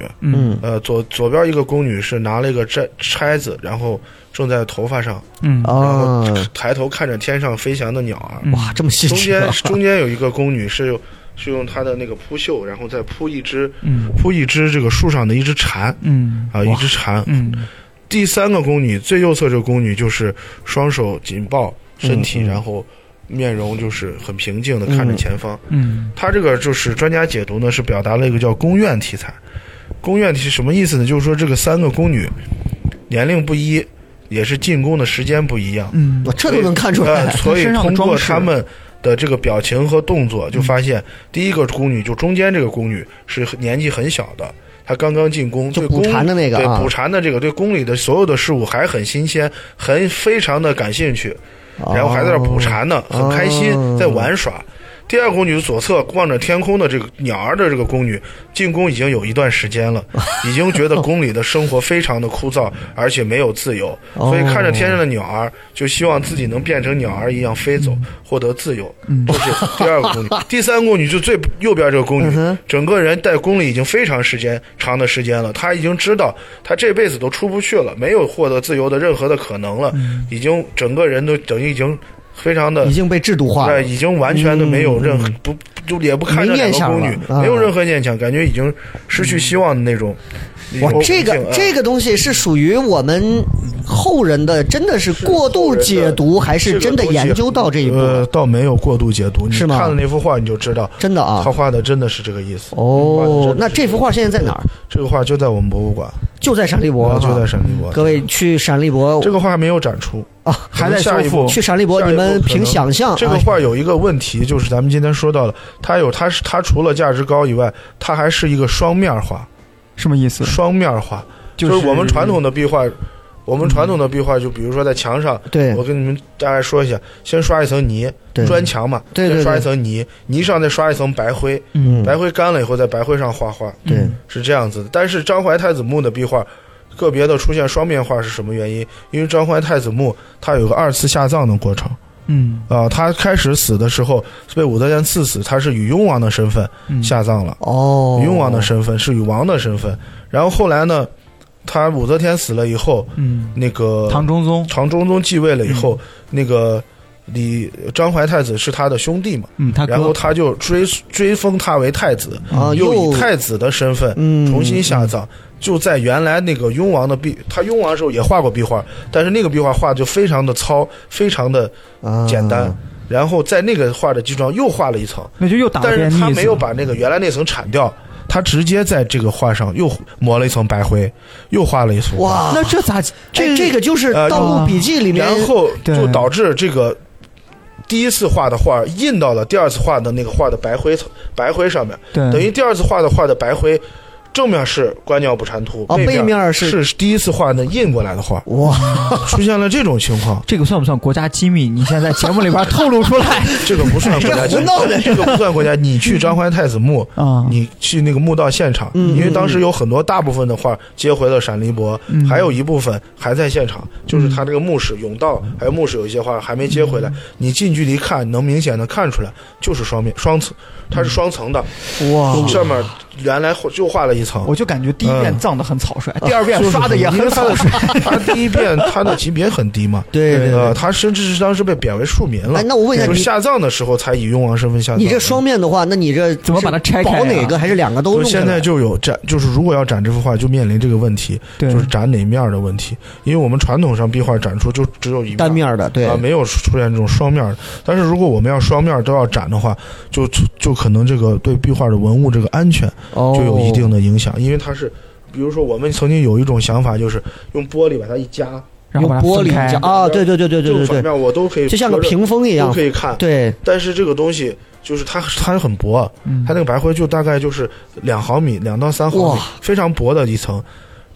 B: 嗯
C: 嗯
D: 呃左左边一个宫女是拿了一个摘钗子，然后正在头发上，
C: 嗯
D: 然后
B: 哦，
D: 抬头看着天上飞翔的鸟啊。
C: 嗯
B: 哇，这么细
D: 中
B: 致
D: 间
B: 啊，
D: 中间有一个宫女是用是用她的那个扑袖，然后再扑一只
C: 嗯
D: 扑一只这个树上的一只蝉
C: 嗯
D: 啊，一只蝉。
C: 嗯
D: 第三个宫女最右侧这个宫女就是双手紧抱身体，
B: 嗯嗯
D: 然后面容就是很平静的看着前方。
C: 嗯
D: 她这个就是专家解读呢，是表达了一个叫宫怨题材。宫怨题什么意思呢？就是说这个三个宫女年龄不一，也是进宫的时间不一样。
C: 嗯
B: 我这都能看出
D: 呃，
B: 来。
D: 所以
C: 身上的
D: 通过
C: 装饰
D: 他们的这个表情和动作，
B: 嗯
D: 就发现第一个宫女，就中间这个宫女是很年纪很小的，她刚刚进宫，
B: 就
D: 对
B: 补
D: 宫
B: 蝉的那个
D: 对
B: 啊
D: 补蝉的这个对宫里的所有的事物还很新鲜，很非常的感兴趣，然后还在那儿补蝉呢，
B: 哦
D: 很开
B: 哦
D: 心，在玩耍。第二宫女左侧望着天空的这个鸟儿的这个宫女，进宫已经有一段时间了，已经觉得宫里的生活非常的枯燥，而且没有自由，
B: 哦
D: 所以看着天上的鸟儿，就希望自己能变成鸟儿一样飞走，获得自由。
C: 嗯
D: 这是第二 个宫女，第三宫女就最右边这个
B: 嗯
D: 宫女
B: 哼，
D: 整个人在宫里已经非常时间长的时间了，她已经知道她这辈子都出不去了，没有获得自由的任何的可能了，已经整个人都等于已经非常的
B: 嗯已经被制度化了嗯
D: 对，，已经完全的没有任何、不就也不看这
B: 没
D: 两
B: 念
D: 个
B: 想
D: 宫
B: 了
D: 女，
B: 啊
D: 没有任何念想，感觉已经失去希望的那种。
B: 哇，这个这
D: 个嗯
B: 个东西是属于我们后人的，真的是过度解读，还是真的研究到这一步？
D: 呃，倒没有过度解读，你
B: 是吗
D: 看了那幅画你就知道，
B: 真的
D: 他
B: 啊？
D: 画的真的是这个意思。
B: 哦，那这幅画现在在哪儿？
D: 这个画就在我们博物馆，
B: 就在陕历博啊
D: 我
B: 哈，
D: 啊就在陕历博。
B: 各位去陕历博哦
D: 这个画没有展出，
B: 啊，
C: 还在修复
B: 去陕历博，
D: 下一
B: 你
D: 步
B: 们
D: 可能
B: 凭想象
D: 这个
B: 啊，
D: 画有一个问题，就是咱们今天说到了，它有它是它除了价值高以外，它还是一个双面画，
C: 什么意思？
D: 双面画。
C: 就是
D: 我们传统的壁画，我们传统的壁画，就比如说在墙上，
B: 对
D: 我跟你们大概说一下，先刷一层泥，
B: 对
D: 砖墙嘛，
B: 对对
D: 先刷
B: 对
D: 一层泥，泥上再刷一层白灰，
B: 嗯
D: 白灰干了以后在白灰上画画，
B: 对
D: 是这样子的。但是张怀太子墓的壁画。个别的出现双面画是什么原因？因为张怀太子墓它有个二次下葬的过程
C: 嗯
D: 啊、他开始死的时候被武则天赐死，他是以雍王的身份
C: 嗯
D: 下葬了。
B: 哦，
D: 雍嗯王的身份是禹王的身份。然后后来呢，他武则天死了以后，
C: 嗯
D: 那个
C: 唐中宗
D: 唐中宗继位了以后，那个李张怀太子是他的兄弟嘛，
C: 嗯他
D: 然后
C: 哥
D: 他就追追封他为太子，
B: 啊
D: 又
B: 又
D: 以太子的身份
B: 嗯
D: 重新下葬。就在原来那个雍王的壁，他雍王的时候也画过壁画，但是那个壁画画就非常的糙，非常的
B: 啊
D: 简单。然后在那个画的基础上又画了一层，
C: 那就又打
D: 但
C: 遍
D: 是他
C: 腻
D: 没
C: 子
D: 有
C: 了。
D: 把那个原来那层铲掉，他直接在这个画上又抹了一层白灰，又画了一层。
B: 哇，
C: 那这咋
B: 这
C: 这
B: 这个就是《
D: 呃
B: 盗墓笔记》里面，
D: 然后
C: 对
D: 就导致这个第一次画的画印到了第二次画的那个画的白灰层白灰上面，
C: 对，
D: 等于第二次画的画的白灰正面是观鸟补蟾图，
B: 哦
D: 背
B: 背面是
D: 是第一次画的印过来的画，
B: 哇，
D: 出现了这种情况
C: 这个算不算国家机密？你现在在节目里边透露出来
D: 这个不算国家机 密
B: 这胡闹的，
D: 这个不算国家。你去张怀太子墓，
C: 啊？
D: 你去那个墓道现场，
B: 嗯
D: 因为当时有很多大部分的画接回了陕历博，
C: 嗯
D: 还有一部分还在现场，
B: 嗯
D: 就是他这个墓室、甬道还有墓室有一些画还没接回来，你近距离看能明显的看出来，就是双面双层，它是双层的，
B: 哇
D: 上面原来就画了一层
C: 我。就感觉第一遍
D: 嗯
C: 葬的很草率，第二遍
D: 就是
C: 刷的也
D: 因
C: 很
D: 为他
C: 草
D: 的
C: 率。
D: 他第一遍他的级别很低嘛，
B: 对对对
D: 呃，他甚至是当时被贬为庶民了。
B: 哎那我问一下
D: 就是
B: 你
D: 下葬的时候才以雍王身份下葬的。
B: 你这双面的话，那你这
C: 怎么把它拆开啊
B: 保哪个还是两个都
D: 所
B: 弄
D: 以
B: 下来？
D: 现在就有展，就是如果要展这幅画，就面临这个问题，
C: 对
D: 就是展哪面儿的问题。因为我们传统上壁画展出就只有一面
B: 单面儿的，对
D: 啊，没有出现这种双面儿的。但是如果我们要双面儿都要展的话，就就可能这个对壁画的文物这个安全
B: 哦，
D: 就有一定的影响，因为它是，比如说我们曾经有一种想法，就是用玻璃把它一夹，
C: 然后
B: 用
C: 把它
B: 玻
C: 分
B: 璃
C: 开
B: 夹啊，对对对对对
D: 正
B: 对
D: 反
B: 对，
D: 面我都可以隔着，
B: 就像个屏风一
D: 都
B: 样
D: 可，以看。
B: 对，
D: 但是这个东西就是它它很薄，
C: 嗯
D: 它那个白灰就大概就是两毫米，两到三毫米
B: 哇，
D: 非常薄的一层。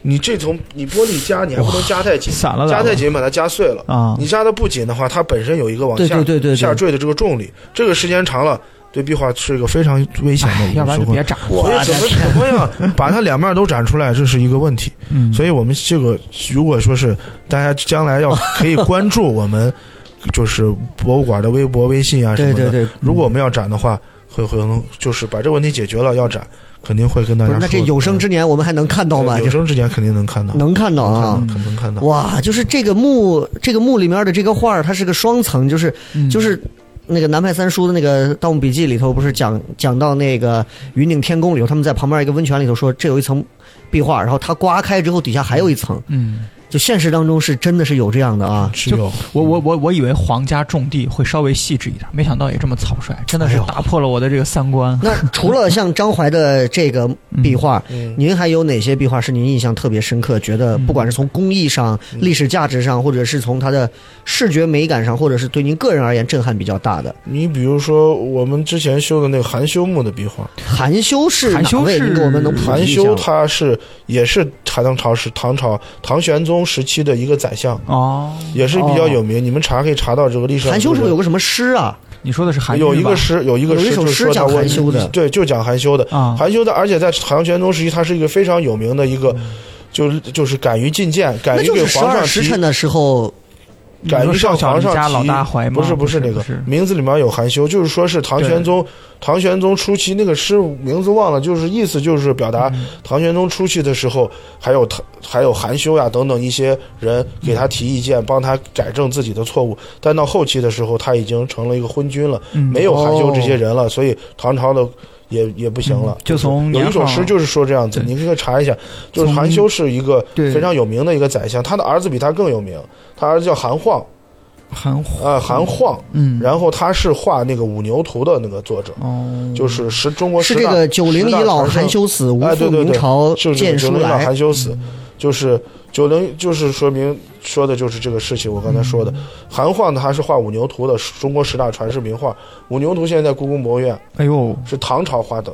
D: 你这层你玻璃夹，你还不能夹太紧，
C: 散了
D: 夹
C: 咋
D: 太
C: 了
D: 紧把它夹碎了。
C: 啊
D: 你夹的不紧的话，它本身有一个往
B: 对
D: 下
B: 对对对对
D: 下坠的这个重力，这个时间长了，对壁画是一个非常危险的
C: 哎
D: 一
C: 要不
D: 个
C: 然
D: 时
C: 就
D: 候。
C: 别啊炸
D: 所以怎么怎么样把它两面都展出来，这是一个问题。
C: 嗯
D: 所以我们这个如果说是大家将来要可以关注我们， 就是博物馆的微博、微信啊什么
B: 对
D: 的。
B: 对对，
D: 如果我们要展的话，会会能就是把这个问题解决了，要展肯定会跟大
B: 不
D: 家
B: 是，
D: 说。
B: 那这有生之年我们还能看到吗？
D: 对
B: 就
D: 有
B: 是
D: 生之年肯定能看到，
B: 能看到
D: 看到
B: 啊！
D: 肯定能看到。
B: 哇，就是这个墓，这个墓里面的这个画儿，它是个双层，就是
C: 嗯
B: 就是那个南派三叔的那个《盗墓笔记》里头，不是讲讲到那个云顶天宫里头，他们在旁边一个温泉里头说，这有一层壁画，然后它刮开之后底下还有一层，
C: 嗯，
B: 就现实当中是真的是有这样的 啊！
D: 是有，
C: 我我我我以为皇家种地会稍微细致一点，没想到也这么草率，真的
B: 哎
C: 是
B: 呦
C: 打破了我的这个三观。
B: 那除了像张怀的这个壁画，
D: 嗯，
B: 您还有哪些壁画是您印象特别深刻？觉得不管是从工艺上、历史价值上，或者是从它的视觉美感上，或者是对您个人而言震撼比较大的？
D: 你比如说我们之前修的那个含羞墓的壁 画，
B: 含羞是
C: 含羞
B: 哪位？
C: 是
B: 您给我们能普
D: 含
B: 及一下
D: 羞
B: 吗
D: 他是也是唐朝时唐朝唐玄宗时期的一个宰相，
C: 哦，
D: 也是比较有名。你们查可以查到这个历史上。
B: 含羞哦是不是有个什么诗啊？
C: 你说的是韩愈
D: 有一
C: 吧
D: 个诗，有一个
B: 有一
D: 诗
B: 首
D: 就是
B: 诗
D: 说
B: 讲
D: 他问
B: 含羞的
D: 你对，就讲含羞的。
C: 啊，
D: 含羞的，而且在唐玄宗时期，他是一个非常有名的一个，
C: 嗯
D: 就是就是敢于进谏，敢
B: 那
D: 于
B: 就
D: 给
B: 是十
D: 皇
B: 二
D: 上
B: 时
D: 提
B: 辰的时候，
C: 你
D: 敢
C: 说
D: 于
C: 少
D: 上
C: 小
D: 皇
C: 离
D: 上
C: 家老
D: 提
C: 大怀吗？
D: 不是不
C: 是
D: 那个
C: 不是
D: 名字里面有含羞，就是说是唐
C: 对
D: 玄宗，唐玄宗初期那个诗名字忘了，就是意思就是表达
C: 嗯
D: 唐玄宗初期的时候，还有他还有含羞呀、等等一些人给他提意见，帮他改正自己的错误。但到后期的时候，他已经成了一个昏君了，
C: 嗯
D: 没有含羞这些人了，所以唐朝的。也也不行了，
C: 哦嗯就从
D: 有一首
C: 年号
D: 诗就是说这样子，
C: 对
D: 你可以查一下，就是
C: 从
D: 含羞是一个
C: 对
D: 非常有名的一个宰相，他的儿子比他更有名，他儿子叫韩晃，
C: 韩
D: 呃，韩晃，
C: 嗯，
D: 然后他是画那个五牛图的那个作者，
C: 哦，
D: 就是十中国
B: 是
D: 十
B: 这
D: 大
B: 个“九零
D: 十大
B: 遗老
D: 传说
B: 含羞死，无
D: 哎对
B: 复
D: 对对
B: 明朝
D: 就是
B: 见
D: 九
B: 书
D: 零老
B: 来
D: 含羞死，就是九零就是说明说的就是这个事情。我刚才说
B: 嗯
D: 的，韩晃他是画五牛图的，中国十大传世名画。五牛图现在在故宫博物院
C: 哎呦，
D: 是唐朝画的，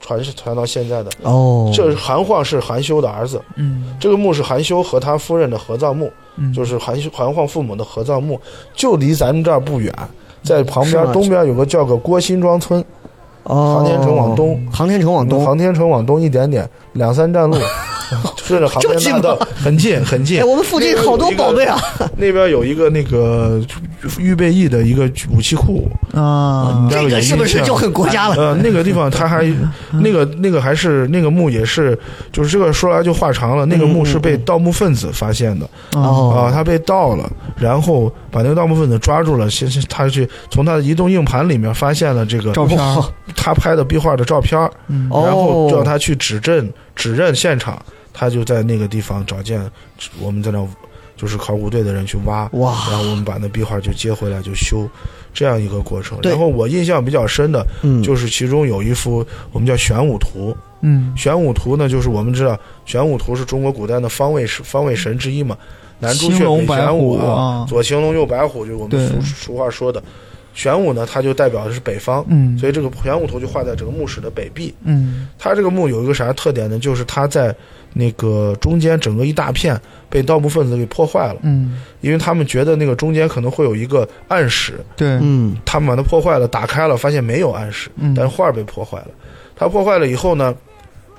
D: 传是传到现在的。”。
B: 哦，
D: 这韩晃是韩休的儿子，
C: 嗯
D: 这个墓是韩休和他夫人的合葬墓，
C: 嗯，
D: 就是是韩休韩晃父母的合葬墓，就离咱们这儿不远，在旁
B: 是
D: 边
B: 吗
D: 东边有个叫个郭辛庄村，
B: 哦
D: 航天城往东，嗯
B: 航天城往东。
D: 航天城往东一点点，两三站路， 顺着航
B: 这么近
D: 天大道，很近很近
B: 哎，。我们附近好多宝贝啊！
D: 那边有一个那个预备役的一个武器库，
C: 啊，
D: 那
B: 这
D: 个有
B: 个
D: 印
B: 是
D: 象
B: 不是就很国家了？
D: 呃，那个地方它还，那个那个还是那个墓也是，就是这个说来就话长了。那个墓是被盗墓分子发现的
C: 哦
D: 啊，
B: 哦，
D: 他被盗了，然后把那个盗墓分子抓住了，先先他去从他的移动硬盘里面发现了这个
C: 照片儿，
D: 他拍的壁画的照片儿，
C: 嗯
B: 哦
D: 然后叫他去指认指认现场，他就在那个地方找见我们在那就是考古队的人去挖，
B: 哇，
D: 然后我们把那壁画就接回来就修，这样一个过程。
B: 对
D: 然后我印象比较深的
B: 嗯，
D: 就是其中有一幅我们叫玄武图，
C: 嗯，
D: 玄武图呢就是我们知道玄武图是中国古代的方位神方位神之一嘛，南朱
C: 青
D: 雀
C: 龙
D: 北
C: 白
D: 玄武
C: 虎啊
D: 左青龙右白虎，就是我
C: 对
D: 们俗俗话说的。玄武呢，它就代表的是北方，
C: 嗯
D: 所以这个玄武图就画在整个墓室的北壁。
C: 嗯
D: 它这个墓有一个啥特点呢？就是它在那个中间整个一大片被盗墓分子给破坏了，
C: 嗯，
D: 因为他们觉得那个中间可能会有一个暗室，
C: 对，
B: 嗯，
D: 他们把它破坏了，打开了，发现没有暗室，
C: 嗯
D: 但是画儿被破坏了。他破坏了以后呢，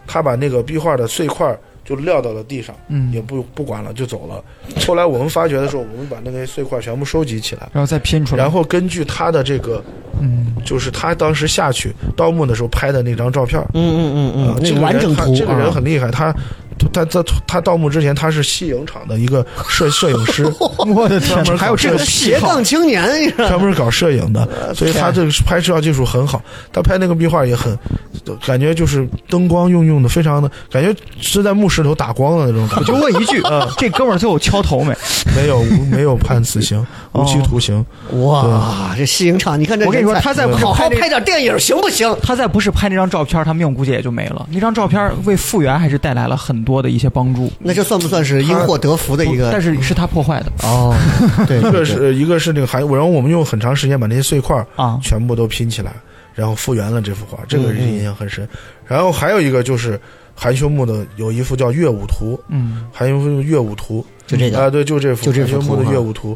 D: 他把那个壁画的碎块儿就撂到了地上，
C: 嗯
D: 也不不管了，就走了。后来我们发掘的时候，我们把那个碎块儿全部收集起来，
C: 然后再拼出来，
D: 然后根据他的这个，
C: 嗯
D: 就是他当时下去盗墓的时候拍的那张照片儿，
B: 嗯嗯嗯
D: 啊
B: 嗯，
D: 这
B: 那
D: 个
B: 完
D: 人
B: 整
D: 他
B: 图
D: 这个人
B: 啊，
D: 很厉害，他他他他他盗墓之前他是西影厂的一个摄摄影 师，
C: 我的天
D: 专，门
C: 还有这个癖
B: 斜
C: 好
B: 杠，青年，你知道
D: 专门搞摄影的，所以他这个拍摄技术很好。他拍那个壁画也很，感觉就是灯光运用的非常的，感觉是在墓室头打光的那种感
C: 我
D: 觉
C: 就。问一 句，
D: 嗯
C: 这哥们儿最后敲头没？
D: 没有无没有判 死刑，
B: 哦
D: 无期徒刑。
B: 哇，这西影厂，你看这
C: 我跟你
B: 人才
C: 说，他再
D: 嗯
C: 不是
B: 好好
C: 拍那
B: 拍点电影行不行？
C: 他再不是拍那张照片，他命估计也就没了。那张照片为复原还是带来了很多的一些帮助，
B: 那这算不算是因祸得福的一个？
C: 但是是他破坏的
B: 哦，对，
D: 一
B: 对
D: 个是一个是那个韩，然后我们用很长时间把那些碎块儿
C: 啊。
D: 全部都拼起来，然后复原了这幅画，这个是
B: 嗯嗯
D: 印象很深。然后还有一个就是含羞墓的有一幅叫《乐舞图
C: 嗯》，，
D: 含羞墓《乐舞图
B: 就这》
D: 啊，
B: 个
D: 对，就这幅
B: 哎就这幅
D: 含羞墓
B: 图
D: 的《
B: 哈
D: 乐舞图》，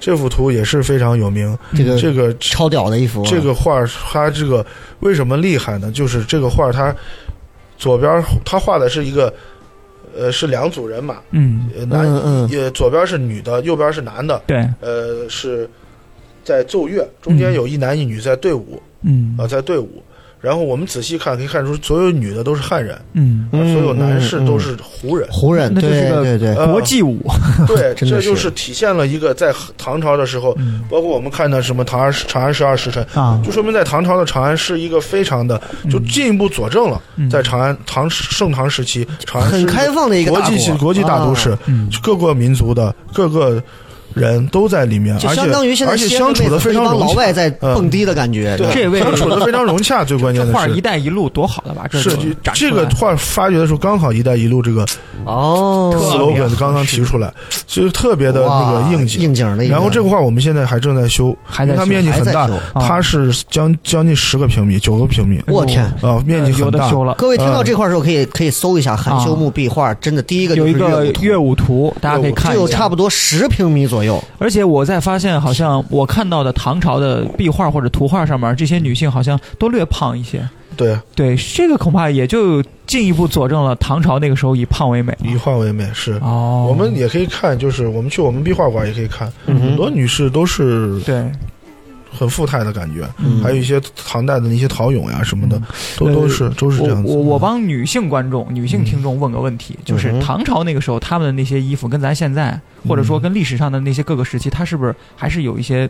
D: 这幅图也是非常有名。
B: 这个
D: 这个
B: 超屌的一幅啊，
D: 这个画儿它这个为什么厉害呢？就是这个画儿它左边儿它画的是一个，呃，是两组人马，
C: 嗯，
D: 呃，男
B: 嗯嗯
D: 呃左边是女的，右边是男的，
C: 对，
D: 呃，
B: 嗯
D: 是在奏乐，中间有一男一女在队伍，
C: 嗯
D: 啊、，在队伍。然后我们仔细看，可以看出所有女的都是汉人，
C: 嗯，
D: 而所有男士都
B: 嗯
D: 是胡人。
B: 胡人，
C: 那就是
B: 对
C: 个
B: 对对，
D: 呃
C: 国际舞，
D: 对，
B: 真的是嗯
D: 这就是体现了一个在唐朝的时候，包括我们看的什么《唐安长安十二时辰》
C: 啊
D: 就说明在唐朝的长安是一个非常的，
B: 嗯
D: 就进一步佐证了
C: 嗯
D: 在长安唐盛唐时期，长安是
B: 很开放的一个
D: 国
B: 大
D: 际
B: 国啊
D: 性国际大都市，
C: 嗯
D: 各个民族的各个人都在里面，
B: 就
D: 而
B: 相
D: 且
B: 当于现在
D: 而且
B: 西安
D: 相
B: 的妹
D: 处的
B: 子
D: 非
B: 和
D: 常
B: 一帮
D: 融
B: 老
D: 洽，嗯
B: 外在蹦迪的感觉，
D: 对，
C: 这位
D: 相处的非常 融洽，最关键的
C: 画儿“一
D: 是。
C: 带一路”多好的吧？这
D: 是
C: 就展
D: 这
C: 出
D: 个
C: 来
D: 画发掘的时候，刚好“一带一路”这个
B: 哦，
C: 特别
D: slogan 刚刚提出来，所以特别的那个
B: 哇
D: 应景。
B: 应景的一个。
D: 然后这块我们现在还正在修，
C: 还
D: 因
C: 在
D: 为它
C: 修
D: 面积
B: 还
D: 很
B: 在
D: 大
B: 修，
C: 啊
D: 它是将将近十个平米，九 个平米
B: 我天
D: 啊，面积
C: 有
D: 很
C: 的
D: 大。
C: 修了。
B: 各位听到这块儿的时候，可以可以搜一下含羞木壁画，真的第一个就
C: 有
B: 是
C: 一个
B: 乐舞图
C: 乐舞图，大家可以看
B: 就
C: 一
B: 有
C: 下
B: 差。不多十平米左右，
C: 而且我在发现，好像我看到的唐朝的壁画或者图画上面，这些女性好像都略胖一些。
D: 对，
C: 对，这个恐怕也就进一步佐证了唐朝那个时候以胖为美。
D: 以画为美是。
C: 哦，
D: 我们也可以看，就是我们去我们壁画馆也可以看，
B: 嗯哼
D: 很多女士都是
C: 对
D: 很富态的感觉，
B: 嗯
D: 还有一些唐代的那些陶俑呀什么的，都
C: 呃
D: 都是都是这
C: 我
D: 样子。啊嗯
C: 我我帮女性观众、女性听众问个问题，就
B: 嗯
C: 是
B: 哼
C: 唐朝那个时候他们的那些衣服跟咱现在，或者
D: 嗯
C: 说跟历史上的那些各个时期，它是不是还是有一些？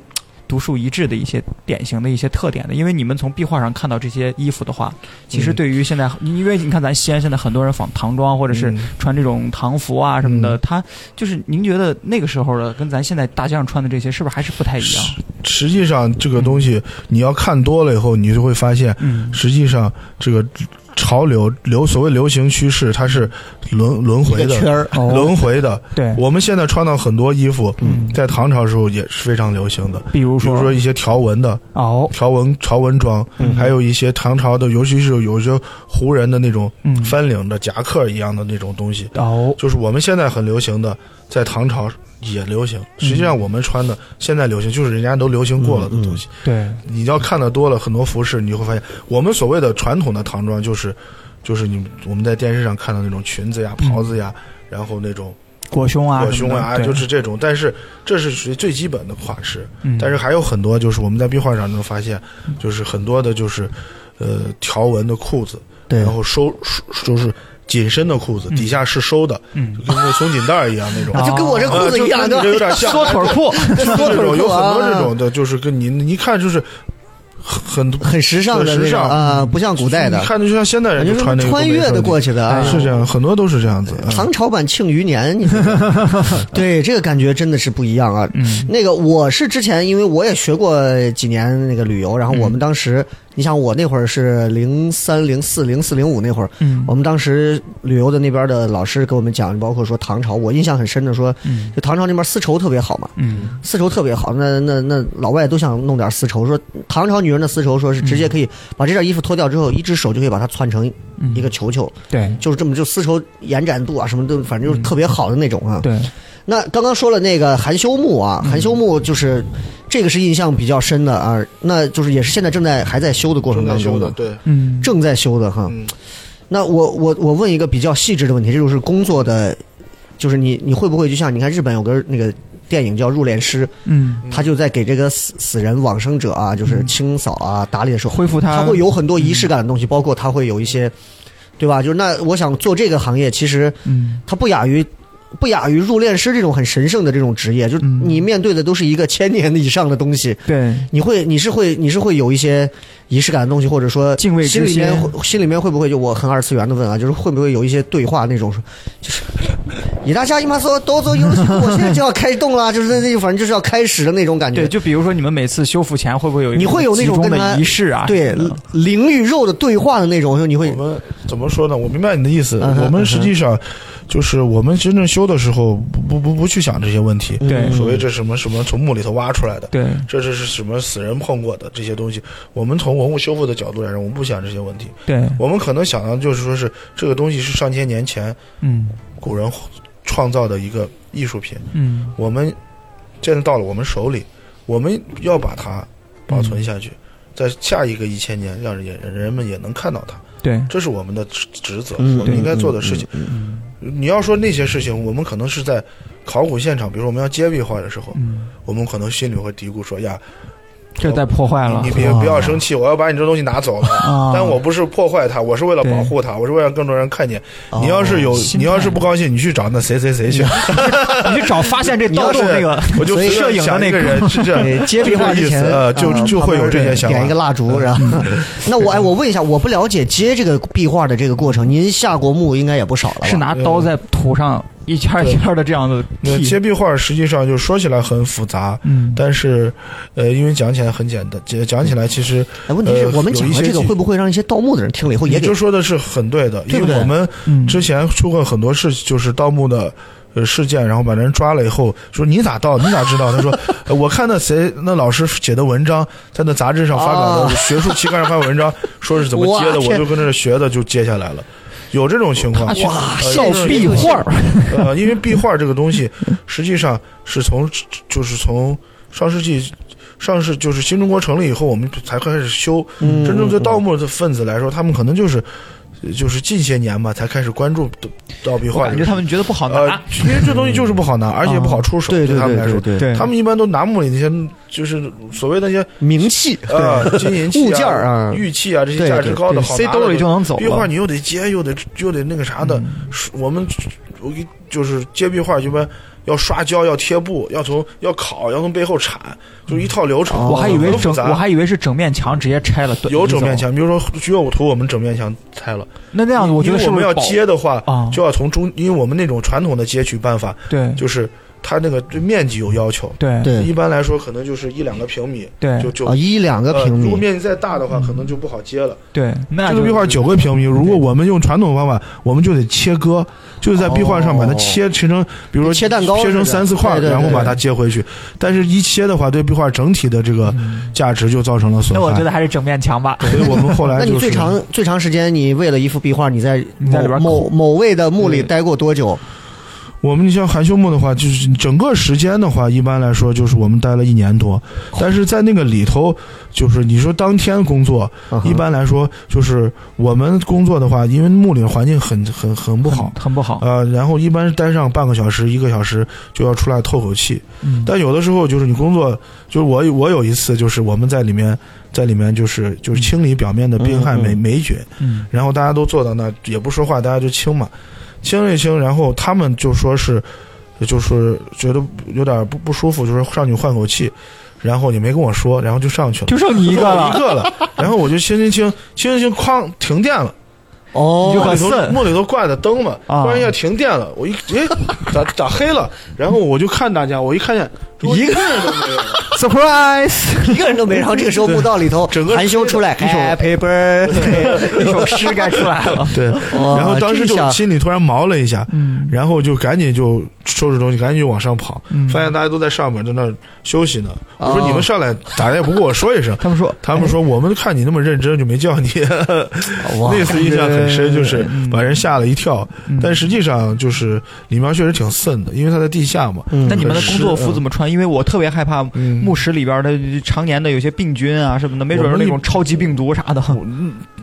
C: 独树一帜的一些典型的一些特点的，因为你们从壁画上看到这些衣服的话，其实
D: 嗯
C: 对于现在，因为你看咱西安现在很多人仿唐装或者是
D: 嗯
C: 穿这种唐服啊什么的，它就是您觉得那个时候的跟咱现在大街上穿的这些是不是还是不太一样？
D: 实际上这个东西你要看多了以后，你就会发现，
C: 嗯，
D: 实际上这个潮流流所谓流行趋势，它是轮轮
B: 一
D: 回
B: 个
D: 的，
B: 圈儿。
C: 哦
D: 轮回的。
C: 对，
D: 我们现在穿到很多衣服，
C: 嗯
D: 在唐朝时候也是非常流行的，
C: 比如
D: 比如
C: 说嗯
D: 说一些条纹的
C: 哦，
D: 条纹条纹装，还有一些唐朝的，尤其是有一些胡人的那种
C: 嗯，
D: 翻领的夹克一样的那种东西，
C: 哦，
D: 就是我们现在很流行的，在唐朝也流行。
C: 嗯
D: 实际上我们穿的现在流行，就是人家都流行过了的东西。
C: 对，
D: 你要看的多了，很多服饰你就会发现，我们所谓的传统的唐装就是，就是你我们在电视上看到那种裙子呀、
C: 嗯
D: 袍子呀，然后那种
C: 裹胸啊
D: 裹
C: 什么
D: 胸
C: 的，
D: 啊，
C: 对
D: 就是这种。但是这是属于最基本的款式，
C: 嗯
D: 但是还有很多就是我们在壁画上能发现，
B: 嗯
D: 就是很多的就是，呃，条纹的裤子，
B: 对
D: 然后收收就是紧身的裤子，底下是收的，
C: 嗯
D: 就跟那松紧带儿一样那种。
B: 啊就跟我这裤
D: 呃
B: 子一样，
D: 就跟你这有
B: 对吧？
D: 点像啊
C: 缩腿儿裤，
D: 这种有很多
B: 啊
D: 这种的，就是跟你你一看就是很很
B: 很时尚的
D: 很
B: 那
D: 时
B: 种
D: 尚
B: 啊，不像古代的
D: 你，看着就像现代
B: 感
D: 人
B: 觉
D: 就是穿那个
B: 穿越的过去的啊。
D: 是这样，很多都是这样子。嗯
B: 唐朝版《庆余年》，你知道 吗对这个感觉真的是不一样啊。
C: 嗯
B: 那个我是之前因为我也学过几年那个旅游，然后我们当时，你想我那会儿是零三、零四、零四、零五那会儿，
C: 嗯
B: 我们当时旅游的那边的老师给我们讲，包括说唐朝，我印象很深的说，
C: 嗯
B: 就唐朝那边丝绸特别好嘛，
C: 嗯，
B: 丝绸特别好，那那那老外都想弄点丝绸，说唐朝女人的丝绸，说是直接可以把这件衣服脱掉之后，一只手就可以把它窜成
C: 嗯
B: 一个球球，
C: 对
B: 就是这么就丝绸延展度啊什么的，反正就是特别好的那种啊。
C: 对，
B: 那刚刚说了那个含羞木啊，
C: 嗯
B: 含羞木就是这个是印象比较深的啊，那就是也是现在正在还在修的过程
D: 正在
B: 当
D: 修
B: 中
D: 的，
B: 的，
D: 对，
C: 嗯，
B: 正在修的哈。
D: 嗯
B: 那我我我问一个比较细致的问题，这就是工作的，就是你你会不会就像你看日本有个那个电影叫《入殓师》，
C: 嗯，
B: 他就在给这个死死人往生者啊，就是清扫啊、打理的时候，
C: 恢复它
B: 他会有很多仪式感的东西，包括他会有一些，对吧？就是那我想做这个行业，其实
C: 嗯
B: 它不亚于。不亚于入殓师这种很神圣的这种职业，就是
C: 嗯
B: 你面对的都是一个千年以上的东西，
C: 对，
B: 你会你是会你是会有一些仪式感的东西，或者说
C: 敬畏之
B: 心里面
C: 心
B: 会心里面会不会就我很二次元的问啊，就是会不会有一些对话那种，就是你大家一马说都走有，我现在就要开动了， 就是那那反正就是要开始的那种感觉
C: 对，。就比如说你们每次修复前会不会有一
B: 你
C: 个
B: 会有那
C: 集
B: 种
C: 中
B: 跟他
C: 的仪式啊？
B: 对
C: 什么的
B: 灵与肉的对话的那种，就你会
D: 我们怎么说呢？我明白你的意思。
B: 嗯哼
D: 我们实际上就是我们真正修的时候，不不不不去想这些问题。
B: 嗯
C: 对
D: 所谓这什么什么从墓里头挖出来的，
C: 对，
D: 这这是什么死人碰过的这些东西，我们从文物修复的角度来说，我们不想这些问题。
C: 对，
D: 我们可能想到就是说是这个东西是上千年前
C: 嗯
D: 古人创造的一个艺术品，
C: 嗯
D: 我们现在到了我们手里，我们要把它保
B: 嗯
D: 存下去，在下一个一千年，让人人们也能看到它，
C: 对，
D: 这是我们的职职责，
B: 嗯
D: 我们应该做的事情。
C: 嗯
D: 你要说那些事情，我们可能是在考古现场，比如说我们要接壁画的时候，
C: 嗯
D: 我们可能心里会嘀咕说呀。
C: 这太破坏了
D: 你别不要生气，我要把你这东西拿走了。
C: 啊！
D: 但我不是破坏它，我是为了保护它，我是为了让更多人看见。你要是有
C: 哦，心
D: 你
C: 态
D: 要是不高兴，你去找那谁谁谁去。
C: 你去找发现这
D: 你
C: 盗
D: 要是
C: 洞那个，
D: 我 就
B: 所以
C: 摄
D: 摄
C: 影的那
D: 个
C: 个
D: 人是这
B: 对，
D: 样，
B: 接壁
D: 就
B: 画之
D: 这意思
B: 前，
D: 呃，就
B: 啊
D: 就会有这些想法。嗯
B: 点一个蜡烛，然后， 那我哎，我问一下，我不了解接这个壁画的这个过程，您下过墓应该也不少了吧？
C: 是
D: 嗯
C: 拿刀在土上一圈一圈的这样的
D: 那接
C: 剃，
D: 壁画实际上就说起来很复杂，
C: 嗯，
D: 但是，呃，因为讲起来很简单，讲讲起来其实
B: 哎，问题是
D: 呃
B: 我们讲
D: 有一
B: 的
D: 些
B: 这个
D: 技
B: 会不会让一些盗墓的人听了以后也
D: 你
B: 给
D: 就说的是很对的，
B: 对
D: 因
B: 不
D: 为
B: 对
D: 我们
C: 嗯
D: 之前出过很多事，就是盗墓的。呃，事件，然后把人抓了以后，说你咋盗？你咋知道？他说，呃我看那谁那老师写的文章，在那杂志上发表的
B: 哦
D: 学术期刊上发文章，说是怎么接的，
B: 哇
D: 我
B: 这
D: 就跟着学的就接下来了，有这种情
C: 啊
D: 况。
C: 哇，
D: 呃
C: 笑壁画儿，
D: 呃，因为壁画这个东西，实际上是从就是从上世纪上世就是新中国成立以后，我们才开始修。
B: 嗯
D: 真正对盗墓的分子来说，他们可能就是呃就是近些年吧，才开始关注盗盗壁
C: 我
D: 画
C: 感
D: 这
C: 觉
D: 个。
C: 他们觉得不好啊
D: 呃
C: 拿，，
D: 因为这东西就是不好拿，而且不好出
B: 啊
D: 手，
B: 对对
D: 他们来
B: 对
D: 说。
B: 对对，
C: 对
D: 他们一般都拿墓里那些，就是所谓那些
B: 名气
D: 呃金银器、
B: 物件儿啊
D: 玉器啊，这些
B: 对
D: 价
B: 对
D: 值高的，好
C: 塞
D: 拿
C: 兜
D: 的
C: 里就能走
D: 壁画
C: 了。
D: 你又得接，又得又得那个啥的。是我们我给就是接壁画，一般要刷胶，要贴布，要从要烤，要从背后铲，就是一套流程。
C: 我还以为
D: 哦很
C: 整
D: 复，杂
C: 我还以为是整面墙直接拆了，对
D: 有整面。墙，比如说需要我图，我们整面墙拆了。
C: 那那
D: 这
C: 样子，我觉得是
D: 我
C: 不
D: 们
C: 是
D: 要
C: 保
D: 接的话，
C: 啊？
D: 就要从中，因为我们那种传统的接取办法，
C: 对
D: 就是它那个对面积有要求。
C: 对
B: 对
D: 一般来说，可能就是一两个平米，
C: 对
D: 就就
B: 啊，一两个
D: 呃
B: 平
D: 如果
B: 米，
D: 面积再大
C: 嗯
D: 的话，可能就不好接了。
C: 对，那
D: 这个
C: 就
D: 壁画九个平米，如果我们用传统方法，我们就得切割，就是在壁画上把它切切成，比如说
B: 哦切蛋糕
D: 切成三四块，
B: 似的对对对
D: 然后把它接回去。但是，一切的话，对壁画整体的这个
B: 嗯
D: 价值就造成了损
C: 那
D: 害。
C: 我觉得，还是整面墙吧。
D: 所以我们后来
B: 那
D: 就
B: 你最
D: 是
B: 长最长时间，你为了一幅壁画，你在
C: 你在里边
B: 某某
C: 哭
B: 某位的墓里
C: 对
B: 待过多久？
D: 我们，你像含羞墓的话，就是整个时间的话，一般来说就是我们待了一年多，
B: 哦
D: 但是在那个里头，就是你说当天工作，
B: 啊哈
D: 一般来说就是我们工作的话，因为墓里的环境很很很不好
C: 很，很不好。
D: 呃，然后一般待上半个小时、一个小时就要出来透口气。
C: 嗯
D: 但有的时候就是你工作，就是我我有一次就是我们在里面，在里面就是就是清理表面的冰害
B: 嗯嗯
D: 霉霉菌，
C: 嗯
D: 然后大家都坐到那儿也不说话，大家就清嘛，清了一清，然后他们就说是，就是觉得有点不不舒服，就说上去换口气，然后也没跟我说，然后就上去了，
C: 就剩你一个
D: 我一
C: 了，
D: 个了，然后我就清清清清清清，哐，停电了。
B: 哦，
C: 你就
D: 墓
C: 很
D: 里头
C: 渗
D: 墓里头挂的灯嘛，
C: 啊
D: 突然一下停电了，我一哎咋咋黑了？然后我就看大家，我 一看见
B: 一
D: 个人都没有了，
C: surprise，
B: 一个人都没。然后这个时候墓道里头，
D: 整个
B: 含羞出来
C: 一首
B: ，Happy Birthday，
C: 一首诗该出来了。
D: 对，
B: 哇
D: 然后当时
B: 这
D: 就
B: 下
D: 心里突然毛了一下，
C: 啊嗯
D: 然后就赶紧就收拾东西，赶紧就往上跑，
C: 嗯
D: 发现大家都在上面在那儿休息呢。我
B: 哦
D: 说你们上来咋也不跟我说一声。
C: 他们说，
D: 他们说：“我们看你那么认真，就没叫你。
B: 哇”
D: 那次印象很深，就是
C: 嗯
D: 把人吓了一跳。
C: 嗯
D: 但实际上，就是里面确实挺渗的，因为它在地下嘛。
B: 嗯
C: 那你们的工作服怎么穿？因为我特别害怕
D: 嗯
C: 墓室里边的常年的有些病菌啊什么的，没准是那种超级病毒啥的。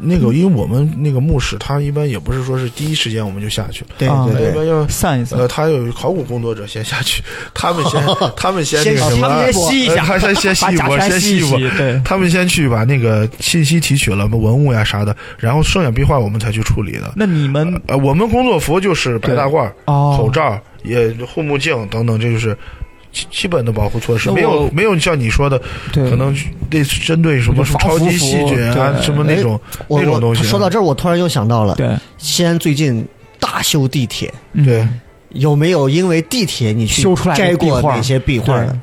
D: 那个，因为我们那个墓室，它一般也不是说是第一时间我们就下去，
B: 对
C: 啊
D: 它
B: 对
D: 一
B: 对，
D: 般要
C: 散一散
D: 呃，，他有考古工作者先下去， 他们 先他们先那
B: 先
D: 个什
B: 他们
D: 么
B: 先，吸一
D: 呃
B: 下，
D: 他先先吸
C: 把
D: 一
C: 甲
D: 波，
C: 醛
D: 先
C: 吸
D: 吸一波
C: 吸。，对，
D: 他们先去把那个信息提取了文物呀啥的，然后剩下壁画我们才去处理的。
C: 那你们
D: 呃，我们工作服就是白大褂、
C: 哦，
D: 口罩、也护目镜等等，这就是基基本的保护措施。
C: 那
D: 没
C: 我
D: 有没有像你说的，
C: 对，
D: 可能类似针对什么
C: 就防
D: 超级
C: 护服
D: 细菌啊，
C: 对哎
D: 什么那种
B: 我
D: 那种东
B: 我
D: 西。
B: 说到这儿，我突然又想到了，
C: 对
B: 西安最近大修地铁，
C: 嗯
D: 对，
B: 有没有因为地铁你去
C: 修出来的
B: 摘
C: 壁
B: 过
C: 画
B: 哪些壁画的？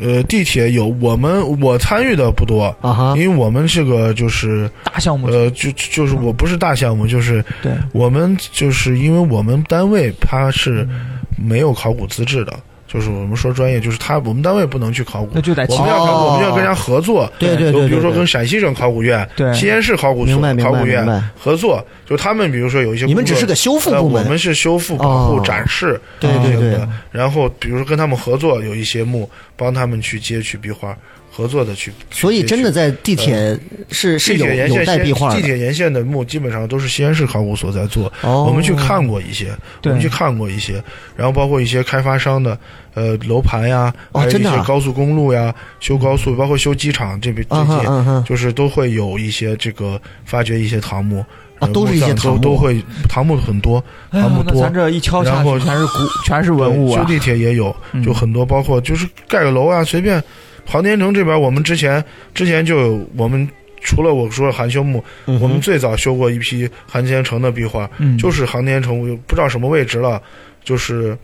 D: 呃，地铁有我们我参与的不多，
B: 啊哈
D: 因，为我们这个就是
C: 大项目，
D: 呃，就就是我不是大项目，就是
C: 对，
D: 我们就是因为我们单位它是没有考古资质的，就是我们说专业，就是它我们单位不能去考古
C: 那，就得
D: 我们要考古，我们要跟人家合作，
B: 哦对对
D: 就
B: 对，
D: 比如说
B: 对
D: 跟陕西省考古院、
C: 对
D: 西安市考古所
B: 明白、明白
D: 考古院
B: 明白
D: 合作，就他们比如说有一些
B: 你们
D: 工
B: 只
D: 作
B: 是个修复
D: 呃
B: 部
D: 我
B: 门
D: 们是修复、保护、
B: 哦
D: 展示，
B: 对对对，
D: 然后比如说跟他们合作，有一些墓帮他们去接取壁画，合作的去。
B: 所以
D: 去
B: 真的
D: 去
B: 在地铁是是
D: 呃地
B: 有
D: 铁沿
B: 有
D: 线
B: 带壁画
D: 先，地
B: 的。
D: 铁沿线的墓基本上都是西安市考古所在做。
B: 哦，
D: 我们去看过一些，我
C: 对
D: 们去看过一些，然后包括一些开发商的呃楼盘呀，
B: 哦
D: 还有
B: 真
D: 一
B: 的啊
D: 些高速公路呀，修高速，包括修机场这边
B: 啊
D: 这
B: 哈
D: 些，
B: 啊哈，
D: 就是都会有一些这个发掘一些唐墓，
B: 啊
D: 呃
B: 都是一些
D: 墓葬
B: 唐墓
D: 都都会唐墓很多，
C: 哎呦
D: 唐墓
C: 那
D: 多
C: 咱这一敲下
D: 然
C: 去
D: 后
C: 全是古，全是文物
D: 对修
C: 啊！
D: 地铁也有，
C: 嗯
D: 就很多，包括就是盖个楼啊，随便。航天城这边，我们之前之前就有我们。除了我说的含羞墓，
B: 嗯哼
D: 我们最早修过一批航天城的壁画，
C: 嗯，
D: 就是航天城，我不知道什么位置了，就是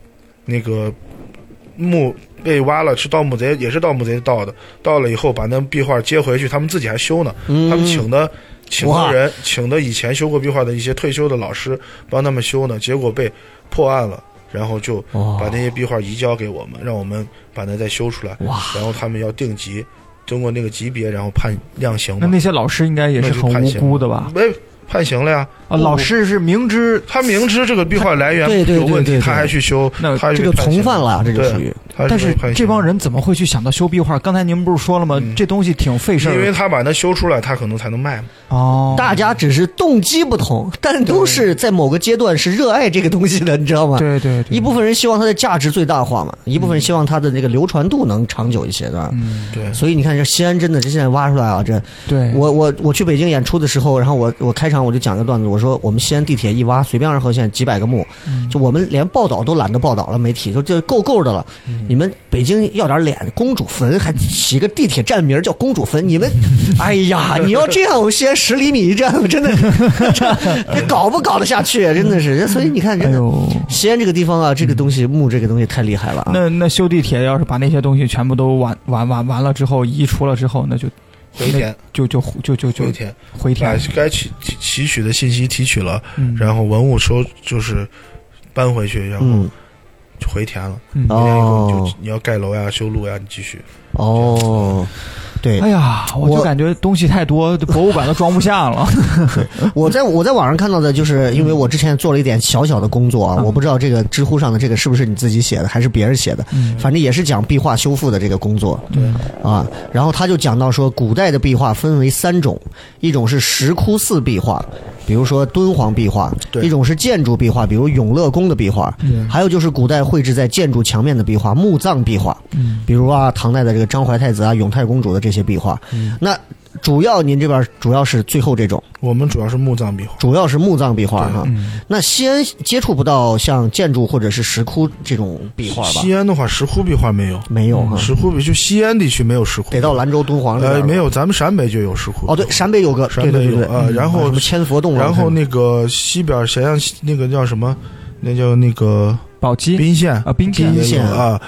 D: 那个墓被挖了，是盗墓贼，也是盗墓贼盗的，盗了以后把那壁画接回去，他们自己还修呢，
B: 嗯
D: 他们请的。请
B: 哇
D: 的人，请的以前修过壁画的一些退休的老师帮他们修呢，结果被破案了，然后就把
B: 哦
D: 那些壁画移交给我们，让我们把它再修出来，
B: 哇，
D: 然后他们要定级，通过那个级别，然后判量刑
C: 那
D: 嘛。
C: 那些老师应该也是很无辜的吧？
D: 没判刑了呀，
C: 啊，老师是明知
D: 他明知这个壁画来源
B: 对对
D: 有问
B: 对对
D: 题，
B: 对
D: 他还去修，
C: 那
D: 他还
B: 这
D: 去
B: 就
D: 判
B: 从
D: 刑
B: 犯，了，啊这就
D: 对
B: 属于
D: 他
C: 但
D: 是
C: 是
D: 被判刑
C: 这帮，人怎么会去想到修壁画？刚才您不是说了吗？
D: 嗯
C: 这东西挺费事
D: 因为
C: 儿
D: 他把它修出来，他可能才能卖嘛。
C: 哦。
B: 大家只是动机不同，但都是在某个阶段是热爱这个东西的，你知道吗？
C: 对对对，
B: 一部分人希望它的价值最大化嘛，
D: 嗯
B: 一部分人希望它的那个流传度能长久一些，对吧？
C: 嗯，
D: 对，
B: 所以你看，这西安真的，这现在挖出来啊，这
C: 对，
B: 我我我去北京演出的时候，然后我我开场我就讲个段子，我说我们西安地铁一挖，随便二号线几百个墓，
C: 嗯
B: 就我们连报道都懒得报道了，媒体就这够够的了。
C: 嗯
B: 你们北京要点脸，公主坟还起个地铁站名儿叫公主坟，你 们，哎呀，你要这样，我们西安十厘米一站，我真的 这这搞不搞得下去？啊真的是，所以你看，
C: 哎
B: 真的
C: 呦，
B: 西安这个地方啊，这个东西墓这个东西太厉害了啊。
C: 那那修地铁要是把那些东西全部都完完完完了之后，移除了之后，那就
D: 回填，
C: 就就就就就
D: 回填，
C: 回
D: 把
B: 啊
C: 填，
D: 该提提提取的信息提取了，
C: 嗯，
D: 然后文物收就是搬回去，然后
B: 嗯，
D: 就回填了。
C: 嗯
B: 哦
D: 回填以后你就你要盖楼呀、修路呀，你继续。
B: 哦，对
C: 哎，呀，我就
B: 我
C: 感觉东西太多，这博物馆都装不下了。
B: 我在我在网上看到的，就是因为我之前做了一点小小的工作啊，
C: 嗯
B: 我不知道这个知乎上的这个是不是你自己写的，还是别人写的，
C: 嗯
B: 反正也是讲壁画修复的这个工作
C: 对，
B: 啊。然后他就讲到说，古代的壁画分为三种，一种是石窟寺壁画，比如说敦煌壁画；
D: 对
B: 一种是建筑壁画，比如永乐宫的壁画；还有就是古代绘制在建筑墙面的壁画，墓葬壁画。
C: 嗯，
B: 比如啊，唐代的这个张怀太子啊、永泰公主的这些壁画。
C: 嗯
B: 那主要您这边主要是最后这种，
D: 我们主要是墓葬壁画，
B: 主要是墓葬壁画哈。
C: 嗯
B: 那西安接触不到像建筑或者是石窟这种壁画吧？
D: 西安的话，石窟壁画没有，
B: 没有哈，
D: 石窟壁就西安地区没有石窟，
B: 得到兰州、敦煌这边
D: 嗯呃
B: 吧
D: 没。有，咱们陕北就有石窟。
B: 哦，对，陕北有个，
D: 陕
B: 对
D: 北
B: 对
D: 有
B: 对对，嗯
D: 啊然后
B: 什么千佛洞啊，
D: 然后那个西边咸阳西那个叫什么？那叫那个
C: 宝鸡
D: 宾县
C: 啊，宾县
B: 宾
D: 也有
B: 县
D: 啊，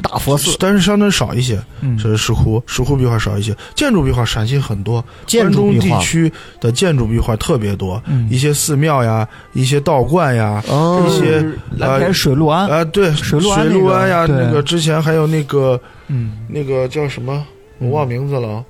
B: 大佛寺、
D: 但是相对少一些，
C: 嗯
D: 是石窟，石窟壁画少一些，建筑壁画陕西很多，
B: 建
D: 关
B: 筑
D: 中
B: 壁
D: 地
B: 画，
D: 区的建筑壁画特别多，
C: 嗯
D: 一些寺庙呀，一些道观呀，
B: 哦
D: 一些
C: 蓝田水陆安，
D: 啊，对，
C: 水
D: 水
C: 陆安那个
D: 安呀，
C: 对
D: 那个之前还有那个
C: 嗯，
D: 那个叫什么，我忘名字了，啊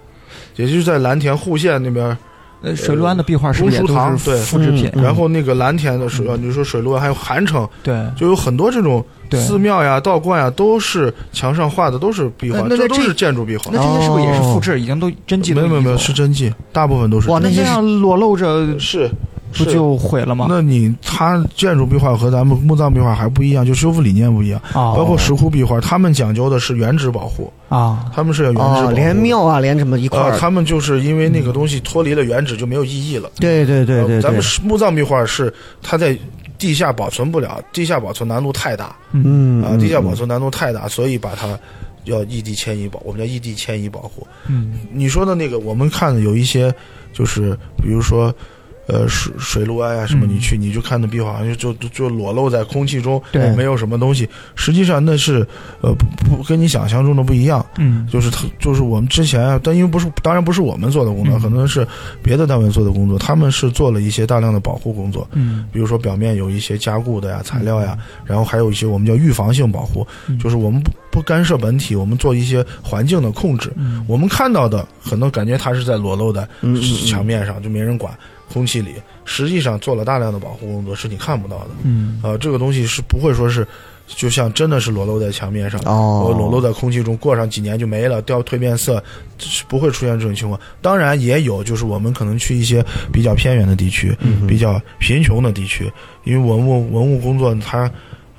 D: 也就是在蓝田户县那边，
C: 呃水陆安的壁画是不是也
D: 中书
C: 都
D: 堂
C: 是
D: 对
C: 复制品？
B: 嗯
D: 然后那个蓝田的水，呃
C: 嗯
D: 你说水陆安还有韩城，
C: 对
D: 就有很多这种
C: 对，
D: 寺庙呀、道观呀，都是墙上画的都是壁画
C: 那，那
D: 这
C: 那
D: 都
C: 这
D: 是建筑壁画哦
C: 那。这些是不是也是复制？已经都真迹都
D: 没有没有没有
C: 移走
D: 是真迹，大部分都是
B: 哇
D: 真迹
C: 那
B: 那些
C: 这样裸露着
D: 是
C: 不
D: 是
C: 就毁了吗？
D: 那你它建筑壁画和咱们墓葬壁画还不一样，就修复理念不一样。
C: 啊，
D: 包括石窟壁画，他们讲究的是原址保护，
C: 啊，
D: 他们是要原址保护
B: 哦，
D: 的。
B: 连庙啊，连什么一块
D: 啊，
B: 儿，
D: 他们就是因为那个东西脱离了原址就没有意义了。
B: 对对对
D: 呃
B: 对
D: 咱
B: 对
D: 们，是墓葬壁画是它在地下保存不了，地下保存难度太大啊、
B: 嗯，嗯
D: 地下保
B: 嗯
D: 存难度太大，所以把它要异地迁移保，我们叫异地迁移保护。
C: 嗯
D: 你说的那个，我们看的有一些，就是比如说，呃，水水陆湾啊什么，
C: 嗯
D: 你去你就看那壁画，好像就就就裸露在空气中，
C: 对
D: 没有什么东西。实际上那是，呃，不不跟你想象中的不一样。
C: 嗯，
D: 就是他，就是我们之前啊，但因为不是，当然不是我们做的工作，
C: 嗯
D: 可能是别的单位做的工作，他们是做了一些大量的保护工作，
C: 嗯
D: 比
B: 嗯
D: 如说表面有一些加固的呀、材料呀，然后还有一些我们叫预防性保护，就是我们不不干涉本体，我们做一些环境的控制。
C: 嗯
D: 我们看到的可能感觉它是在裸露的
B: 嗯嗯嗯
D: 墙面上，就没人管，空气里，实际上做了大量的保护工作，是你看不到的。
C: 嗯
D: 呃，这个东西是不会说是，就像真的是裸露在墙面上，
B: 哦
D: 我裸露在空气中，过上几年就没了，掉蜕变色，是不会出现这种情况。当然也有，就是我们可能去一些比较偏远的地区，比较贫穷的地区，因为文物文物工作它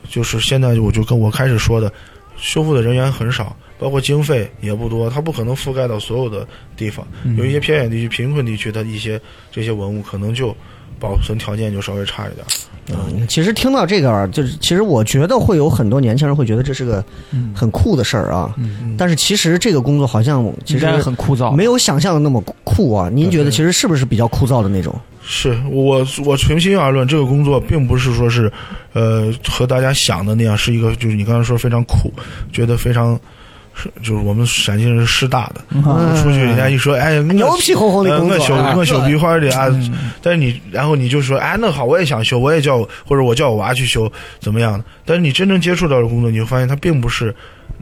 D: 就是现在我就跟我开始说的，修复的人员很少。包括经费也不多，它不可能覆盖到所有的地方。
C: 嗯
D: 有一些偏远地区、贫困地区，它一些这些文物可能就保存条件就稍微差一点。
B: 嗯，其实听到这个啊，就是其实我觉得会有很多年轻人会觉得这是个
C: 嗯
B: 很酷的事儿啊，
C: 嗯，
B: 但是其实这个工作好像其
C: 应
B: 实
C: 该很枯燥，
B: 没有想象的那么酷啊。您觉得其实是不是比较枯燥的那种？
D: 是我我平心而论，这个工作并不是说是，呃，和大家想的那样是一个，就是你刚才说非常苦，觉得非常，是就是我们陕西人是师大的，
C: 嗯
D: 啊出去人家一说，哎，我
B: 嗯牛皮哄哄的工
D: 我
B: 作
D: 修
B: 啊
D: 我修壁画的啊，
C: 嗯
D: 但是你然后你就说，哎，那好，我也想修，我也叫我或者我叫我娃去修，怎么样的？但是你真正接触到的工作，你会发现它并不是。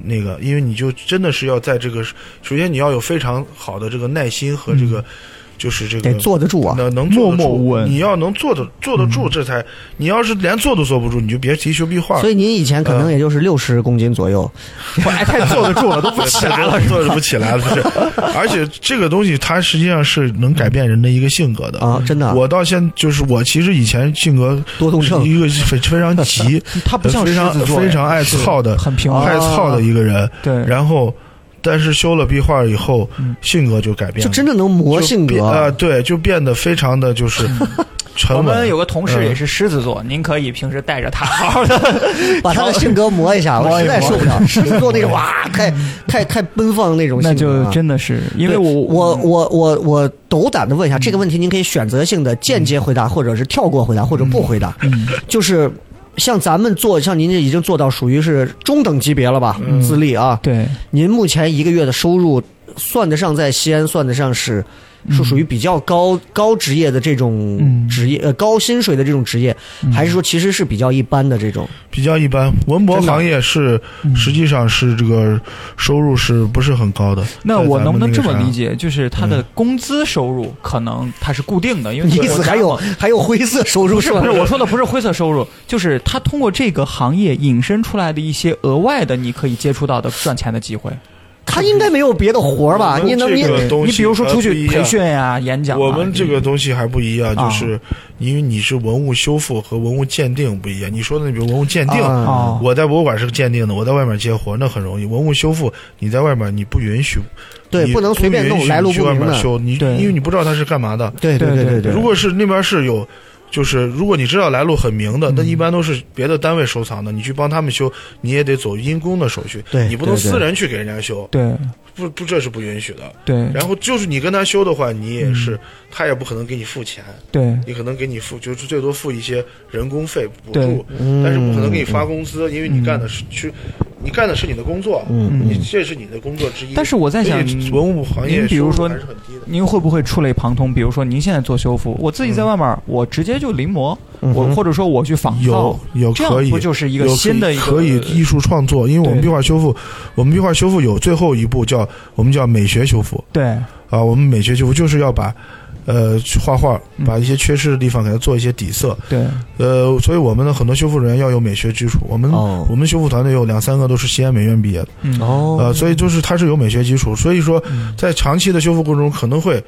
D: 那个，因为你就真的是要在这个，首先你要有非常好的这个耐心和这个，就是这个
B: 嗯得坐得住啊。
D: 能能坐得
C: 默默
D: 住
C: 无闻嗯
D: 你要能坐得坐得住，这才你要是连坐都坐不住，你就别提修壁画了。
B: 所以您以前可
D: 嗯
B: 能也就是六十公斤左右，
C: 还太坐得住了，都不起来了。
D: 坐着不起来了，不是？ 而且这个东西它实际上是能改变人的一个性格的。
B: 啊，真的啊
D: 嗯我到现就是我其实以前性格
B: 多动
D: 是
B: 症。
D: 一个非非常急，
C: 他 不像
D: 非
C: 狮
D: 常
C: 子座，
D: 非常爱操的，
C: 很平
B: 哦
C: 和
D: 爱操的一个人。
C: 对，
D: 然后，但是修了壁画以后
C: 嗯，
D: 性格就改变
B: 就
D: 了，
B: 真的能磨
D: 就
B: 性
D: 变啊，
B: 格，
D: 对，就变得非常的 就是沉稳。
C: 我们有个同事
D: 嗯
C: 也是狮子座，您可以平时带着他好好的。
B: 把他的性格磨一下，我实在受不 了。狮子座那种哇，太太太奔放那种
C: 那
B: 性格
C: 就
B: 啊，
C: 真的是，因
B: 对
C: 为我嗯
B: 我我我我斗胆的问一下这个问题，您可以选择性的间接回答，或者是跳过回答，或者不回答。就是像咱们做，像您这已经做到属于是中等级别了吧，资历啊。
C: 对
B: 您目前一个月的收入算得上在西安，算得上是是属于比较高高职业的这种
C: 嗯
B: 职业，呃，高薪水的这种职业，还是说其实是比较一般的这种？
D: 比较一般，文博
C: 啊
D: 行业是
C: 嗯
D: 实际上是这个收入是不是很高的？
C: 那
D: 在
C: 我
D: 咱
C: 能不
D: 们
C: 能
D: 那
C: 这
D: 个
C: 么
D: 啥嗯
C: 理？解？就是他的工资收入可能它是固定的，因为
B: 意呃思还有还有灰色收入
C: 不
B: 是
C: 是
B: 吧？
C: 不 是我说的不是灰色收入，就是他通过这个行业引申出来的一些额外的你可以接触到的赚钱的机会。
B: 他应该没有别的活儿吧？
D: 我们
B: 你能你
D: 嗯这个东西
C: 你比如说
D: 它
C: 出
D: 不一
C: 去培
D: 样
C: 训呀、演讲啊，
D: 我们这个东西还不一样，就
C: 啊
D: 是因为你是文物修复和文物鉴定不一样。你说的那比如文物鉴定，
B: 啊
C: 哦，
D: 我在博物馆是鉴定的，我在外面接活那很容易。文物修复你在外面你不允许，
B: 对
D: 你
B: 不能随便弄
D: 允许
B: 来路
D: 你去
B: 不
D: 外
B: 明
D: 面
B: 的
D: 修，你
C: 对
D: 因为你不知道它是干嘛的。
B: 对对
C: 对
B: 对
C: 对
B: 对。
D: 如果是那边是有，就是如果你知道来路很明
C: 嗯
D: 的，那一般都是别的单位收藏的，你去帮他们修，你也得走因公的手续，
B: 对
D: 你不能
B: 对对
D: 私人去给人家修，
C: 对
D: 不不，这是不允许的。
C: 对
D: 然后就是你跟他修的话，你也是，他也不可能给你付钱，
C: 对
D: 你可能给你付就是最多付一些人工费补
C: 对嗯
D: 助，但是不可能给你发工资，因为你干的是去，你干的是你的工作，你这是你的工作之一。
C: 嗯但是我在想
D: 所以文物行业
C: 您比如说
D: 收入还是很低的。
C: 您会不会触类旁通？比如说，您现在做修复，我自己
D: 嗯
C: 在外面，我直接就临摹，我或者说我去仿造
D: 有，哦有
C: 哦这
D: 可
C: 样
D: 以，
C: 不就是一个
D: 有可以
C: 新的一个呃
D: 可以艺术创作？因为我们
C: 对
D: 壁画修复，我们壁画修复有最后一步叫我们叫美学修复
C: 对
D: 啊，我们美学修复就是要把。呃，画画
C: 嗯
D: 把一些缺失的地方给它做一些底色，
C: 对
D: 呃，所以我们的很多修复人员要有美学基础。我们、
B: 哦
D: 我们修复团队有两三个都是西安美院毕业的，
C: 嗯
B: 哦，
D: 呃，所以就是它是有美学基础。所以说，在长期的修复过程中，可能会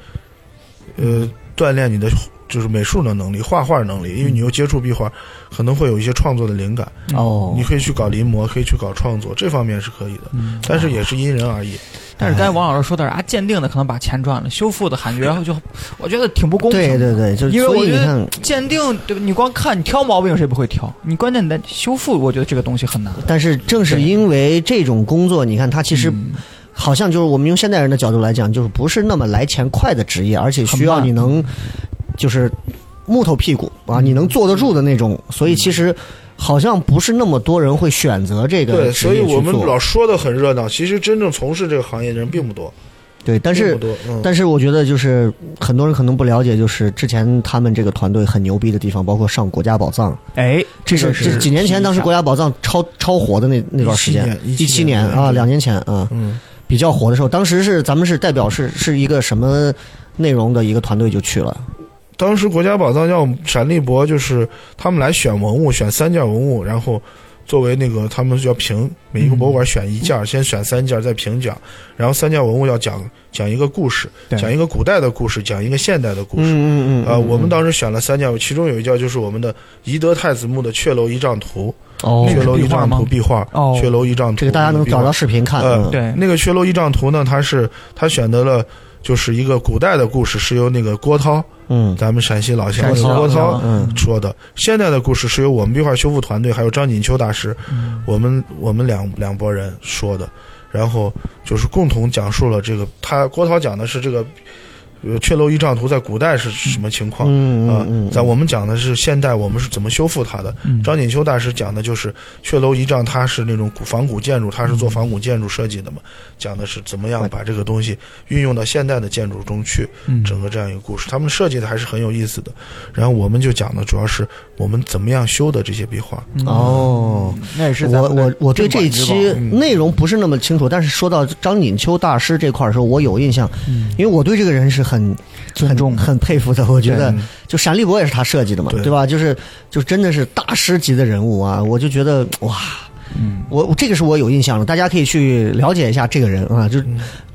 D: 呃锻炼你的就是美术的能力、画画能力，因为你又接触壁画，可能会有一些创作的灵感。
B: 哦
D: 你可以去搞临摹，可以去搞创作，这方面是可以的，
C: 嗯
D: 但是也是因人而异。
B: 哦
C: 但是刚才王老师说的是啊，鉴定的可能把钱赚了，修复的感觉然后就我觉得挺不公平
B: 对
C: 的。
B: 对对，就
C: 因为
B: 所
C: 我
B: 以
C: 觉
B: 你
C: 得
B: 看，
C: 鉴定，对吧？你光看你挑毛病谁不会挑？你关键你在修复，我觉得这个东西很难。
B: 但是正是因为这种工作，你看它其实
C: 嗯
B: 好像就是我们用现代人的角度来讲，就是不是那么来钱快的职业，而且需要
C: 很慢
B: 你
D: 嗯
B: 能就是木头屁股啊，你能坐得住的那种。
D: 嗯
B: 所以其实好像不是那么多人会选择这个
D: 对，
B: 职
D: 所以
B: 业去
D: 我们
B: 做
D: 老说的很热闹，其实真正从事这个行业的人并不多。
B: 对，但
D: 并
B: 是
D: 不多，嗯，
B: 但是我觉得就是很多人可能不了解，就是之前他们这个团队很牛逼的地方，包括上国家宝藏，
C: 哎，
B: 这
C: 个
B: 这几年前当时国家宝藏超超火的那那段时间，一
D: 17
B: 七
D: 年
B: 年
D: 对
B: 啊，
D: 对
B: 两年前啊，
D: 嗯
B: 比较火的时候，当时是咱们是代表是是一个什么内容的一个团队就去了，
D: 当时国家宝藏叫闪立博，就是他们来选文物，选三件文物，然后作为那个他们要评每一个博物馆选一
B: 嗯
D: 件，先选三件，再评奖，然后三件文物要讲讲一个故事，
C: 对
D: 讲一个古代的故事，讲一个现代的故事。
B: 嗯
D: 啊、我们当时选了三件，其中有一件就是我们的宜德太子墓的阙楼一丈图，
B: 哦
D: 阙楼一
C: 壁画
D: 丈
C: 吗
D: 图壁画，
C: 哦
D: 阙楼一丈图，
B: 这个大家能
D: 壁画
B: 找到视频看，
D: 呃
B: 嗯
C: 对
D: 那个《阙楼一丈图》呢，它是它选择了就是一个古代的故事，是由那个郭涛，
B: 嗯
D: 咱们陕西老乡
B: 陕西
D: 郭
B: 老
D: 涛
B: 乡嗯
D: 说的。现代的故事是由我们壁画修复团队还有张锦秋大师，
C: 嗯
D: 我们我们两两拨人说的，然后就是共同讲述了这个。他郭涛讲的是这个呃《阙楼一丈图》在古代是什么情况。
B: 嗯
D: 啊
B: 嗯，嗯，
D: 在我们讲的是现代，我们是怎么修复它的。
C: 嗯
D: 张锦秋大师讲的就是阙楼遗丈，它是那种古仿古建筑，它是
C: 嗯
D: 做仿古建筑设计的嘛，讲的是怎么样把这个东西运用到现代的建筑中去，
C: 嗯
D: 整个这样一个故事，他们设计的还是很有意思的。然后我们就讲的主要是我们怎么样修的这些壁画。
C: 嗯
B: 哦，
C: 那也是咱
B: 我
C: 们的
B: 我我对这一
C: 镇
B: 期
C: 馆之宝嗯
B: 内容不是那么清楚，但是说到张锦秋大师这块儿的时候，我有印象，
C: 嗯
B: 因为我对这个人是很
C: 尊重
B: 很、很佩服的。我觉得
D: 对，
B: 就闪立博也是他设计的嘛，
D: 对
B: 对吧？就是就真的是大师级的人物啊！我就觉得哇，
C: 嗯
B: 我我这个是我有印象的，大家可以去了解一下这个人啊，
C: 嗯
B: 就是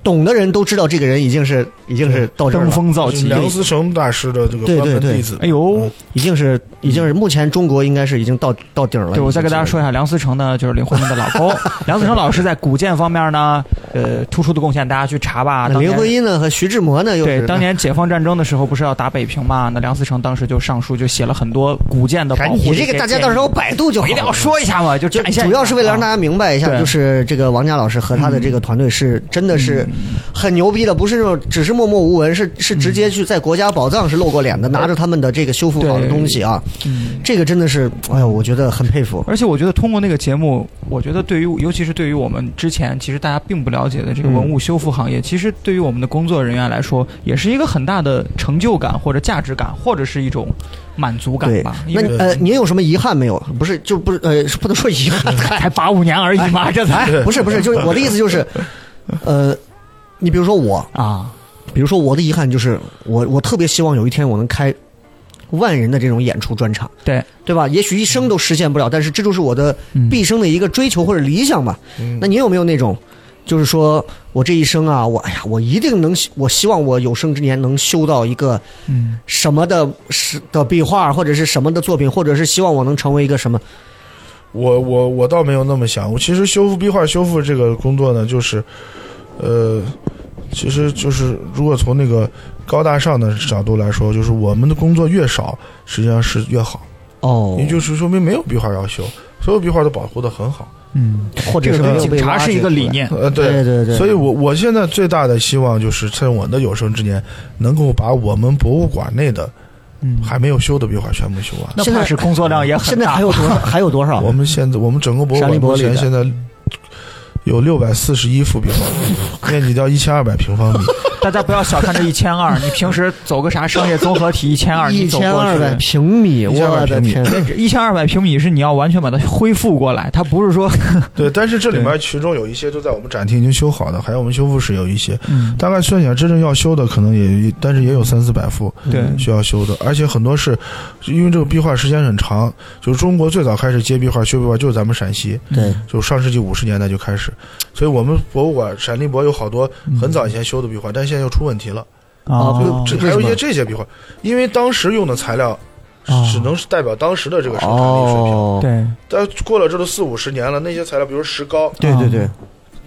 B: 懂的人都知道这个人已经是已经是到这儿
C: 登
B: 了。
C: 峰造
D: 就是
C: 极，
D: 梁思成大师的这个
B: 对
D: 关门
B: 对对
D: 弟子，
C: 哎呦，
B: 已经是已经是目前中国应该是已经到到顶了。
C: 嗯对，我再给大家说一下，梁思成呢，就是林慧英的老 公。梁思成老师在古建方面呢，呃，突出的贡献，大家去查吧。
B: 那
C: 当
B: 林
C: 年
B: 徽因呢和徐志摩呢又
C: 对
B: 是
C: 当年解放战争的时候，不是要打北平嘛？那梁思成当时就上书，就写了很多古建的保
B: 哎
C: 护。
B: 你这个大家到时候百度就
C: 我
B: 好
C: 一定要
B: 了
C: 说一下嘛，就
B: 就
C: 展现一
B: 主
C: 下。
B: 要是为了让大
C: 啊
B: 家明白一下，
C: 对嗯
B: 就是这个王佳老师和他的这个团队是真的是很牛逼的，不是那种只是默默无闻，是是直
C: 嗯
B: 接去在国家宝藏是露过脸的，拿着他们的这个修复好的东西啊，
C: 嗯
B: 这个真的是，哎呦，我觉得很佩服。
C: 而且我觉得通过那个节目，我觉得对于尤其是对于我们之前其实大家并不了解的这
B: 嗯
C: 个文物修复行业，其实对于我们的工作人员来说，也是一个很大的成就感或者价值感，或者是一种满足感
B: 对
C: 吧。，因
B: 那
C: 为
B: 你呃，您有什么遗憾没有？不是，就不是呃，是不能说遗憾，
C: 才八五年而已
B: 哎
C: 嘛，这才
B: 不是不是，就是我的意思就是，呃，你比如说我，
C: 啊，
B: 比如说我的遗憾就是，我我特别希望有一天我能开万人的这种演出专场，
C: 对
B: 对吧？也许一生都实现不了，但是这就是我的毕生的一个追求或者理想吧。
C: 嗯
B: 那你有没有那种，就是说我这一生啊，我哎呀，我一定能，我希望我有生之年能修到一个
C: 嗯，
B: 什么的是的壁画，或者是什么的作品，或者是希望我能成为一个什么？
D: 我我我倒没有那么想，我其实修复壁画修复这个工作呢，就是，呃，其实就是如果从那个高大上的角度来说，就是我们的工作越少，实际上是越好，
B: 哦
D: 也，就是说明没有壁画要修，所有壁画都保护的很好。
C: 嗯，
B: 或者是没有
C: 警
B: 被
C: 察
B: 挖
C: 是一
B: 掘
C: 个
B: 出
C: 理
B: 来。
C: 念，
D: 呃，
B: 对对对，
D: 所以我我现在最大的希望就是趁我的有生之年，能够把我们博物馆内的
C: 嗯，
D: 还没有修的壁画全部修完。
C: 那
B: 现在
C: 怕是工作量也很
B: 现在
C: 大
B: 还。有多少？还有多少？
D: 我们现在我们整个博物
B: 啊山
D: 馆
B: 林
D: 目
B: 博里
D: 前
B: 的
D: 现在有六百四十一幅壁 画，面积到一千二百平方米。
C: 大家不要小看这一千二，你平时走个啥商业综合体一千 二，
B: 一
C: 你走
B: 千
C: 过
B: 二百
C: 去。
B: 平米，我的
D: 1200平米
B: 天！
C: 一千二百平米是你要完全把它恢复过来，它不是说，
D: 对，但是这里面其中有一些都在我们展厅已经修好的，还有我们修复室有一些，
C: 嗯，
D: 大概算起来真正要修的可能也，但是也有三四百幅
C: 对，
D: 需要修的，而且很多是因为这个壁画时间很长，就是中国最早开始接壁画修壁画就是咱们陕西，
B: 对，
D: 就上世纪五十年代就开始，所以我们博物馆陕历博有好多很早以前修的壁画，但现在又出问题了。
C: 哦
D: 这
B: 为
D: 还有一
B: 什
D: 些
B: 么
D: 这些壁画，因为当时用的材料是
C: 哦
D: 只能是代表当时的这个生产力水平。
B: 哦，
C: 对
D: 但过了这都四五十年了，那些材料，比如石膏，
B: 对对对，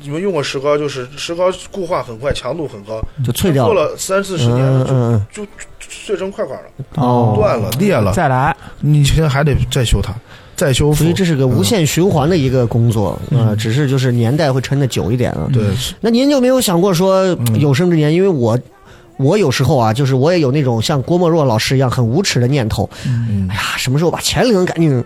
D: 你们用过石膏，就是石膏固化很快，强度很高，
B: 就脆掉
D: 过
B: 了。
D: 了三四十年
B: 嗯
D: 了，
B: 嗯
D: 就就碎成块块了，
C: 嗯
B: 哦
D: 断了，裂了，
C: 再来，
D: 你现在还得再修它，再修
B: 嗯，
D: 复
B: 所以。这是个无限循环的一个工作，呃，只是
C: 嗯
B: 就是年代会抻的久一点啊。
D: 嗯对，嗯
B: 那您有没有想过说有生之年，因为我我有时候啊，就是我也有那种像郭沫若老师一样很无耻的念头，
D: 嗯
B: 哎呀，什么时候把钱领干净，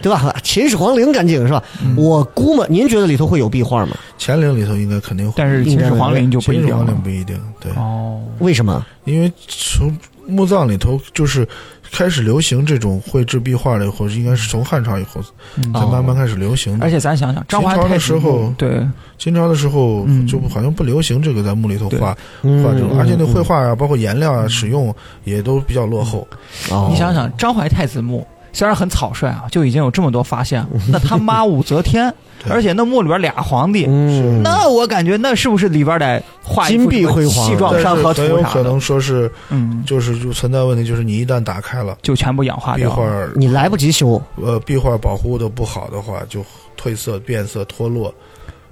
B: 对吧？把秦始皇领干净是吧？
D: 嗯
B: 我估摸您觉得里头会有壁画吗？
D: 乾陵里头应该肯定会，嗯
C: 但是秦始皇陵就不一
D: 秦始
C: 定
D: 皇陵
C: 了。
D: 不一定，对，
C: 哦，
B: 为什么？
D: 因为从墓葬里头就是开始流行这种绘制壁画了以后，应该是从汉朝以后
C: 嗯
D: 才慢慢开始流行的。
C: 而且咱想想，张华
D: 秦朝的
C: 太
D: 时
C: 极
D: 候
C: 墓对
D: 秦朝的时候
C: 嗯
D: 就好像不流行这个在墓里头
C: 对
D: 画
B: 嗯
D: 画这种，
B: 嗯
D: 而且那
B: 嗯
D: 绘画啊，包括颜料啊，使用也都比较落后。
B: 哦
C: 你想想，张怀太子墓虽然很草率啊，就已经有这么多发现了。啊那他妈武则天，
D: 嗯 对
C: 而且那墓里边俩皇帝，
B: 嗯，
C: 那我感觉那是不是里边得画一
B: 金
C: 幅
B: 碧
C: 什么
B: 辉煌
C: 西
D: 但
C: 装
D: 是
C: 山河
D: 很有
C: 图啥
D: 可
C: 的？
D: 能说是
C: 嗯，
D: 就是就存在问题，就是你一旦打开了
C: 就全部氧化
D: 壁
C: 掉
D: 画
C: 了。，
B: 你来不及修，
D: 呃，壁画保护的不好的话，就褪色、变色、脱落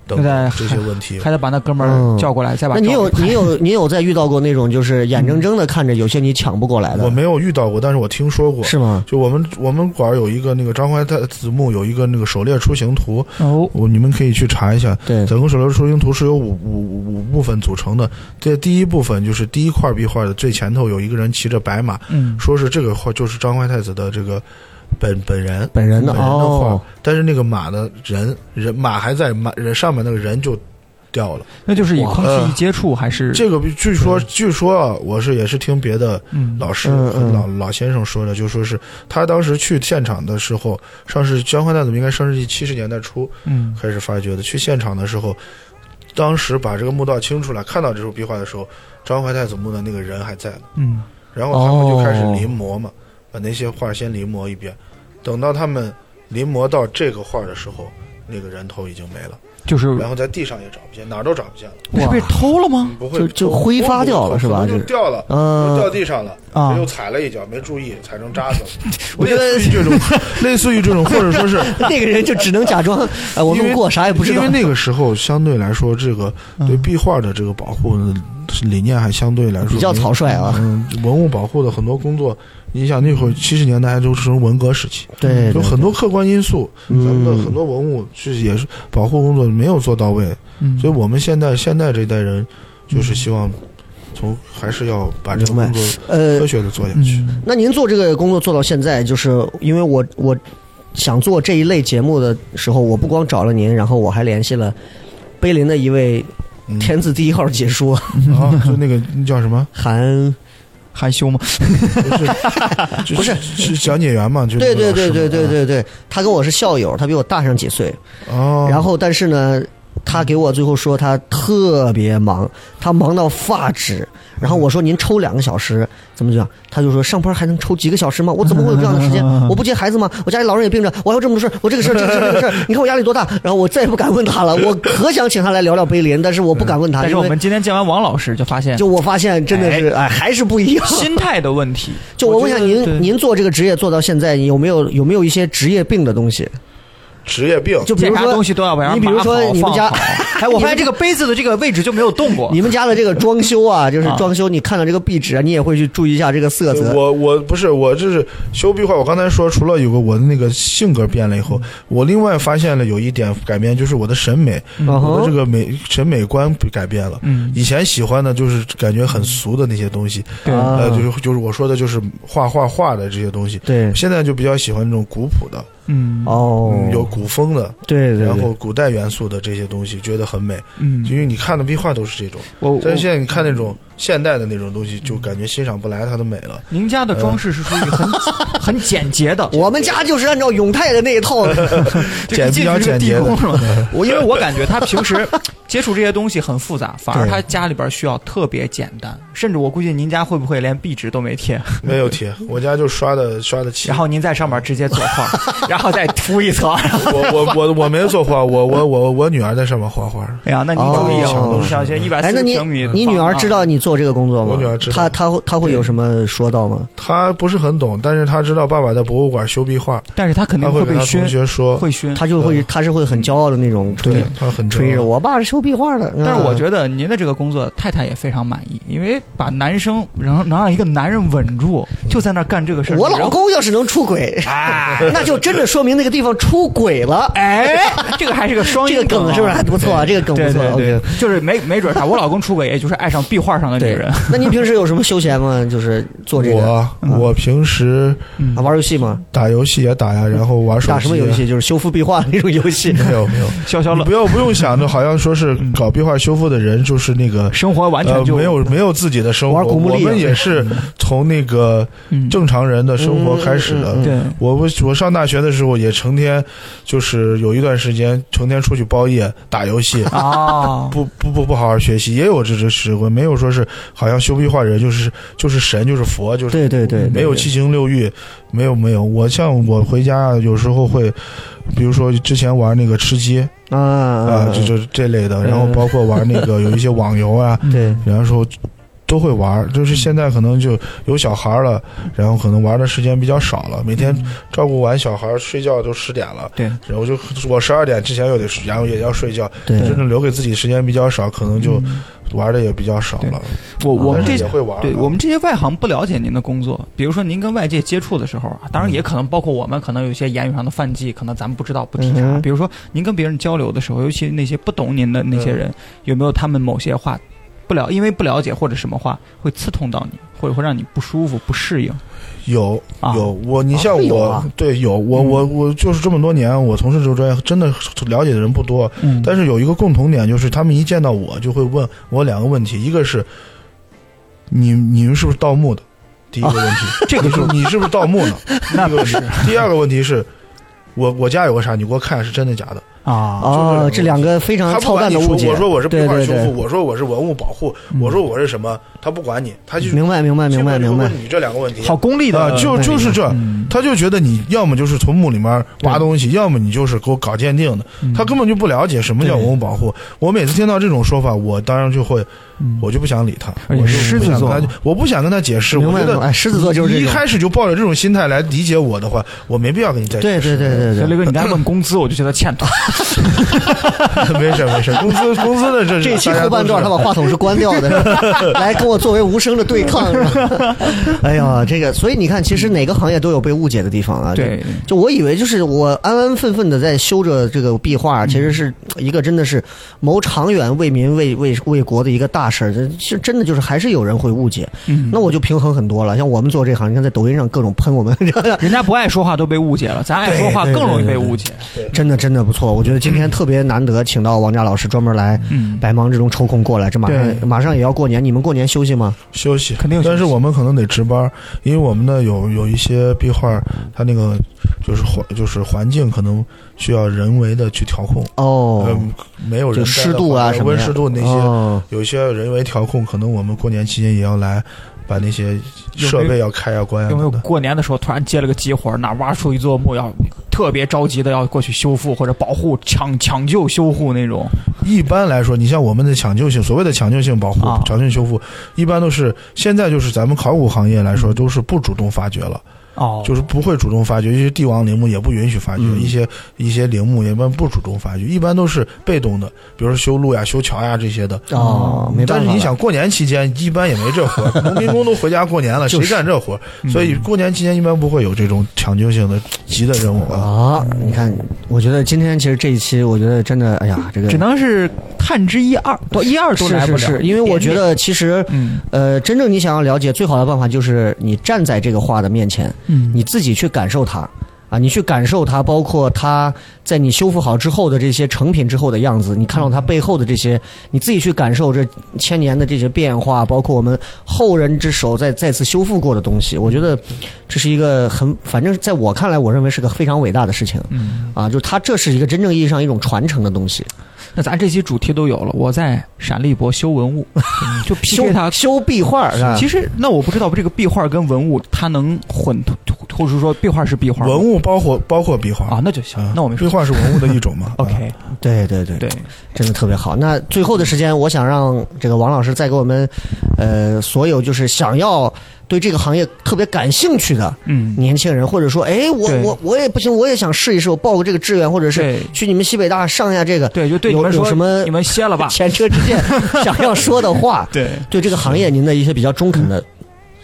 D: 等
C: 那在
D: 这些问题。
C: 还得把那哥们儿叫过来，再把
B: 嗯那你
C: 照
B: 有
C: 片拍
B: 你有你有在遇到过那种就是眼睁睁的看着有些你抢不过来的，
D: 我没有遇到过，但是我听说过。
B: 是吗？
D: 就我们我们馆儿有一个那个张怀太子墓有一个那个狩猎出行图，
C: 哦，
D: 我你们可以去查一下。
B: 对，
D: 整个手榴出行图是由五五五五部分组成的。这第一部分就是第一块壁画的最前头有一个人骑着白马，
C: 嗯，
D: 说是这个画就是张怀太子的这个本本人
B: 本人的
D: 本人的画，
B: 哦，
D: 但是那个马的人人马还在马人上面那个人就掉了。
C: 那就是与
B: 哇
C: 空气一接触还是
D: 这个据说据说啊，我是也是听别的
C: 嗯
D: 老师
B: 嗯
D: 和
B: 嗯
D: 老老先生说的，就说是他当时去现场的时候，上世张怀太子应该上世纪七十年代初，
C: 嗯
D: 开始发掘的。去现场的时候，当时把这个墓道清出来，看到这幅壁画的时候，张怀太子墓的那个人还在呢。
C: 嗯
D: 然后他们就开始
B: 哦
D: 临摹嘛，把那些画先临摹一遍。等到他们临摹到这个画的时候，那个人头已经没了，
C: 就是
D: 然后在地上也找不见，哪儿都找不见了，
C: 是被偷了吗？
D: 不会
B: 就就挥发掉了是吧
D: 可能
B: 就
D: 就是掉了。就掉
B: 嗯，
D: 地上了，
C: 啊
D: 谁又踩了一脚，没注意，踩成渣 子了。
B: 我觉得
D: 类似于 这种，类似于这种，或者说是
B: 那个人就只能假 装，哎，我
D: 因为
B: 路过啥也不知道
D: 因为。那个时候相对来说，这个对
C: 嗯
D: 壁画的这个保护呃理念还相对来说
B: 比较草率啊
D: 嗯，文物保护的很多工作，你想那会儿七十年代还都是文革时期，
B: 嗯对，
D: 有
B: 对
D: 很多客观因素，咱
B: 嗯
D: 们的很多文物是也是保护工作没有做到位，
C: 嗯
D: 所以我们现在现在这一代人就是希望从还是要把这个
B: 嗯明白
D: 工作
B: 呃
D: 科，学的做下去。
C: 嗯
B: 那您做这个工作做到现在，就是因为我我想做这一类节目的时候，我不光找了您，然后我还联系了碑林的一位
D: 嗯
B: 天字第一号解说
D: 啊，就那个那叫什 么？嗯
B: 韩，
C: 含羞吗？
D: 不是，就
B: 不是
D: 是讲解员嘛？就是
B: 对对对
D: 老师
B: 对
D: 嗯嘛
B: 对对对，他跟我是校友，他比我大上几岁，
D: 哦，
B: 然后但是呢。他给我最后说他特别忙，他忙到发指。然后我说您抽两个小时怎么讲？他就说上班还能抽几个小时吗？我怎么会有这样的时 间？我不接孩子吗？我家里老人也病着，我还有这么多事儿，我这个事儿这个事儿这个事 儿，你看我压力多大。然后我再也不敢问他了。我可想请他来聊聊碑林，但是我不敢问他，
C: 但是
B: 因
C: 我
B: 为
C: 们今天见完王老师就发现
B: 就我发现真的是哎还是不一样。
C: 心态的问题。
B: 就我问一下
C: 觉得对
B: 您，您做这个职业做到现在，有没有有没有一些职业病的东西？
D: 职业病，
B: 就比
C: 见
B: 如
C: 啥
B: 说
C: 东西都要把人
B: 你比如
C: 码
B: 说
C: 好
B: 你们
C: 放
B: 家
C: 好，哎，我发现这个杯子的这个位置就没有动过。
B: 你们家的这个装修啊，就是
C: 啊
B: 装修，你看到这个壁纸啊，你也会去注意一下这个色泽。
D: 我我不是我就是修壁画，我刚才说除了有个我的那个性格变了以后，我另外发现了有一点改变，就是我的审美，
B: 嗯
D: 我的这
B: 哼，
D: 个美审美观改变了。
C: 嗯，
D: 以前喜欢的就是感觉很俗的那些东西，
C: 对，
B: 啊
D: 呃，就是就是我说的就是画画画的这些东西。
B: 对，
D: 现在就比较喜欢那种古朴的，
C: 嗯，
B: 哦
D: 嗯，有古风的，
B: 对对
D: 然后
B: 对，
D: 古代元素的这些东西，觉得很美。因
C: 嗯，
D: 为你看的壁画都是这种，
C: 我我
D: 但是现在你看那种现代的那种东西，就感觉欣赏不来它的美了。
C: 您家的装饰是属于很很简洁的，
B: 我们家就是按照永泰的那一套的，
C: 就
D: 简
C: 一进去
D: 比较
C: 就
D: 简
C: 地
D: 洁的
C: 宫 是吧？我因为我感觉他平 时接触这些东西很复杂，反而
D: 对
C: 他家里边需要特别简单，甚至我估计您家会不会连壁纸都没贴，
D: 没 有贴，我家就刷的刷的漆。
C: 然后您在上面直接作 画，然后再涂一层。
D: 我我我我没作画，我我我我女儿在上面画画。
C: 哎呀，那您注意啊！
B: 哦
C: 你想想，一百
B: 哎，
C: 四
B: 那
C: 十
B: 你
C: 平米，
B: 你女儿知道你做这个工作吗？
D: 啊我女儿知道
B: 她她会她会有什么说到吗？
D: 她不是很懂，但是她知道爸爸在博物馆修壁画，
C: 但是他肯
D: 她
C: 定
D: 会
C: 被
D: 跟她
C: 熏
D: 同，学说，
C: 会熏。
B: 她就会她是会很骄傲的那种吹
D: 对她很
B: 吹着
D: 我。
B: 我爸是修壁画的，
C: 但是我
B: 得
C: 觉得您的这个工作，太太也非常满意，因为把男生能能让一个男人稳住，就在那儿干这个事儿。
B: 我
C: 你
B: 老
C: 让
B: 公要是能出轨，
D: 哎
B: 那就真的说明那个地方出轨了。
C: 哎，这个还是个双
B: 这
C: 音
B: 个梗
C: 啊
B: 是不是还不错啊？这个梗
C: 对
B: 不错
C: 对对
B: ，OK。，
C: 就是没没准儿啥，我老公出轨，也就是爱上壁画上的的女
B: 对
C: 人。，
B: 那您平时有什么休闲吗？就是做这个嗯
D: 我我平时
C: 嗯
B: 啊，玩游戏吗？
D: 打游戏也打呀，然后玩手
B: 嗯
D: 机。啊
B: 打什么游？戏？就是修复壁画那种游戏。
D: 没有没 有，
C: 消消
D: 你
C: 乐
D: 不，要不用想
B: 嗯
D: 着好像说是搞壁画修复的人就是那个
C: 生活完全
D: 呃
C: 就
D: 没有没有自己的生活，
B: 玩古墓
D: 我
B: 丽影嗯
D: 们也是从那个
C: 嗯
D: 正常人的生活开始
B: 嗯
D: 的。
B: 嗯嗯
C: 对，
D: 我我我上大学的时候也成天，就是有一段时间成天出去包夜打游戏，
C: 啊，
D: 不不不不好好学习，也有这这时光，没有说是好像修壁画人就是就是神就是佛就是
B: 对对对，对
D: 没有七情六欲，没有没有。我像我回家有时候会，比如说之前玩那个吃鸡
B: 啊啊
D: 啊，就就是这类的，
B: 嗯
D: 然后包括玩那 个有一些网游啊，
B: 对，
D: 然后都会玩。
C: 嗯
D: 就是现在可能就有小孩了，然后可能玩的时间比较少了，每天照顾完小孩睡觉都十点了，
C: 嗯对，
D: 然后就我十二点之前又得睡，然后也要睡觉，
B: 对
D: 真正留给自己时间比较少，可能就玩的也比较少了。
C: 我嗯我们
D: 但
C: 这
D: 啊是也会玩，
C: 对我们这些外行不了解您的工作，比如说您跟外界接触的时候啊，当然也可能包括我们，可能有一些言语上的犯忌，可能咱们不知道不体察。
B: 嗯哼
C: 比如说您跟别人交流的时候，尤其那些不懂您的那些人，有没有他们某些话不了，因为不了解或者什么话会刺痛到你，或者会让你不舒服、不适应
D: 有
C: 啊？
D: 有我，你
B: 啊
D: 像
B: 会有
D: 我
B: 啊，
D: 对有我
C: 嗯
D: 我我就是这么多年，我从事这个专业，真的了解的人不多。
C: 嗯，
D: 但是有一个共同点，就是他们一见到我就会问我两个问题，一个是你你们是不是盗墓的？第一个问题，
C: 这个
D: 就是
C: 就
D: 你是不是盗墓呢？
C: 那不是
D: 第二个问题是，我我家有个啥，你给我看是真的假的？
C: 啊，
B: 哦，
D: 就是
B: 这
D: 两
B: 两个非常
D: 他不
B: 操
D: 管
B: 蛋
D: 你
B: 的
D: 说
B: 误解。
D: 我说我是壁
B: 对
D: 画
B: 对
D: 修
B: 对
D: 复，我说我是文物保护，
C: 嗯
D: 我说我是什么，他不管你，他就
B: 明白明白
D: 基
B: 明白
D: 本上就
B: 明
D: 会
B: 白。
D: 问你这两个问题。
C: 好功利
D: 啊，
C: 的，
D: 就就是这，
C: 嗯
D: 他就觉得你要么就是从墓里面挖东西，要么你就是给我搞鉴定的，
B: 嗯
D: 他根本就不了解什么叫文物保护。我每次听到这种说法，我当然就会，
B: 嗯
D: 我就不想理他，
C: 而且
D: 我就
C: 狮子
D: 不想
C: 座
D: 跟他我不想跟他解释。
B: 明
D: 我
B: 白
D: 觉
B: 明白，
D: 得
B: 哎狮子座就是
D: 一
B: 这种。
D: 开始就抱着这种心态来理解我的话，我没必要跟你再
B: 对对对对对
C: 所以
B: 对，
C: 雷哥，你刚才问工资，我就觉得欠 妥。
D: 对， 没事没事，工资工资的这
B: 这
D: 是
B: 一期
D: 大家
B: 后
D: 都
B: 半段
D: 是
B: 他把话筒是关掉的， 是吧来跟我作为无声的对抗。是吧哎呀，这个，所以你看，其实哪个行业都有被误解的地方啊。
C: 对，
B: 就我以为就是我安安分分的在修着这个壁画，其实是
D: 嗯
B: 一个真的是谋长远、为民、为为为国的一个大事儿。这是真的就是还是有人会误解，
C: 嗯
B: 那我就平衡很多了。像我们做这行，你看在抖音上各种喷我 们，
C: 人家不爱说话都被误解了，咱爱说话更容易被误解。
B: 真的真的不错。我觉得今天特别难得，请到王佳老师专门来
C: 嗯，
B: 百忙之中抽空过来，这马
C: 对
B: 上马上也要过年，你们过年休息吗？
D: 休息，
C: 肯定有休息
D: 但是我们可能得值班，因为我们呢有有一些壁画，它那个就是环就是环境可能需要人为的去调控，
B: 哦，
D: 嗯，没有人
B: 就
D: 在
B: 湿
D: 的
B: 度啊
D: 话
B: 什么
D: 温
B: 的
D: 湿度那些，
B: 哦
D: 有一些人为调控，可能我们过年期间也要来把那些设备要开啊关啊
C: 有没有
D: 等等。
C: 嗯过年的时候突然接了个急活儿，哪挖出一座墓要特别着急的要过去修复或者保护、抢抢救、修护那种？
D: 一般来说，你像我们的抢救性，所谓的抢救性保护
C: 啊、
D: 抢救性修复，一般都是现在就是咱们考古行业来
C: 嗯
D: 说，都是不主动发掘了。
C: 哦
D: 就是不会主动发掘，一些帝王陵墓也不允许发掘，
B: 嗯
D: 一些一些陵墓也一般不主动发掘，一般都是被动的，比如说修路呀、修桥呀这些的。
B: 哦，没办
D: 但
B: 法了。
D: 是你想，过年期间一般也没这活儿，农民工都回家过年了，
B: 就是
D: 谁干这活儿？所以过年期间一般不会有这种抢救性的急的任务啊。
B: 啊，你看，我觉得今天其实这一期，我觉得真的，哎呀，这个
C: 只能是探知一二，多一二都
B: 是
C: 来不
B: 是
C: 了，
B: 是，因为我觉
C: 一点点，
B: 得其实。
C: 嗯
B: 呃，真正你想要了解最好的办法，就是你站在这个画的面前，
C: 嗯
B: 你自己去感受它啊，你去感受它，包括它在你修复好之后的这些成品之后的样子，你看到它背后的这些，你自己去感受这千年的这些变化，包括我们后人之手再再次修复过的东西，我觉得这是一个很，反正在我看来，我认为是个非常伟大的事情
C: 嗯，
B: 啊，就是它这是一个真正意义上一种传承的东西，
C: 那咱这期主题都有了，我在闪立博修文 物，就
B: 修
C: PK 他。
B: 修壁画啊是吧？
C: 其实，那我不知道这个壁画跟文物它能混，或者说壁画是壁画吗
D: 文物包括包括壁画
C: 啊，那就行
D: 啊，，
C: 那我没
D: 壁
C: 说。。
D: 画是文物的一种嘛
C: OK，
B: 对对啊对
C: 对，
B: 真的特别好。那最后的时间，我想让这个王老师再给我们，呃，所有就是想要对这个行业特别感兴趣的
C: 嗯，
B: 年轻人，或者说，哎，我
C: 对
B: 我我也不行，我也想试一试，我报个这个志愿，或者是
C: 对
B: 去你们西北大上一下这个，
C: 对，就对你
B: 有
C: 们
B: 有
C: 说
B: 什么。
C: 你们歇了吧
B: 前车之鉴，想要说的话，
C: 对，嗯
B: 对这个行业您的一些比较中肯的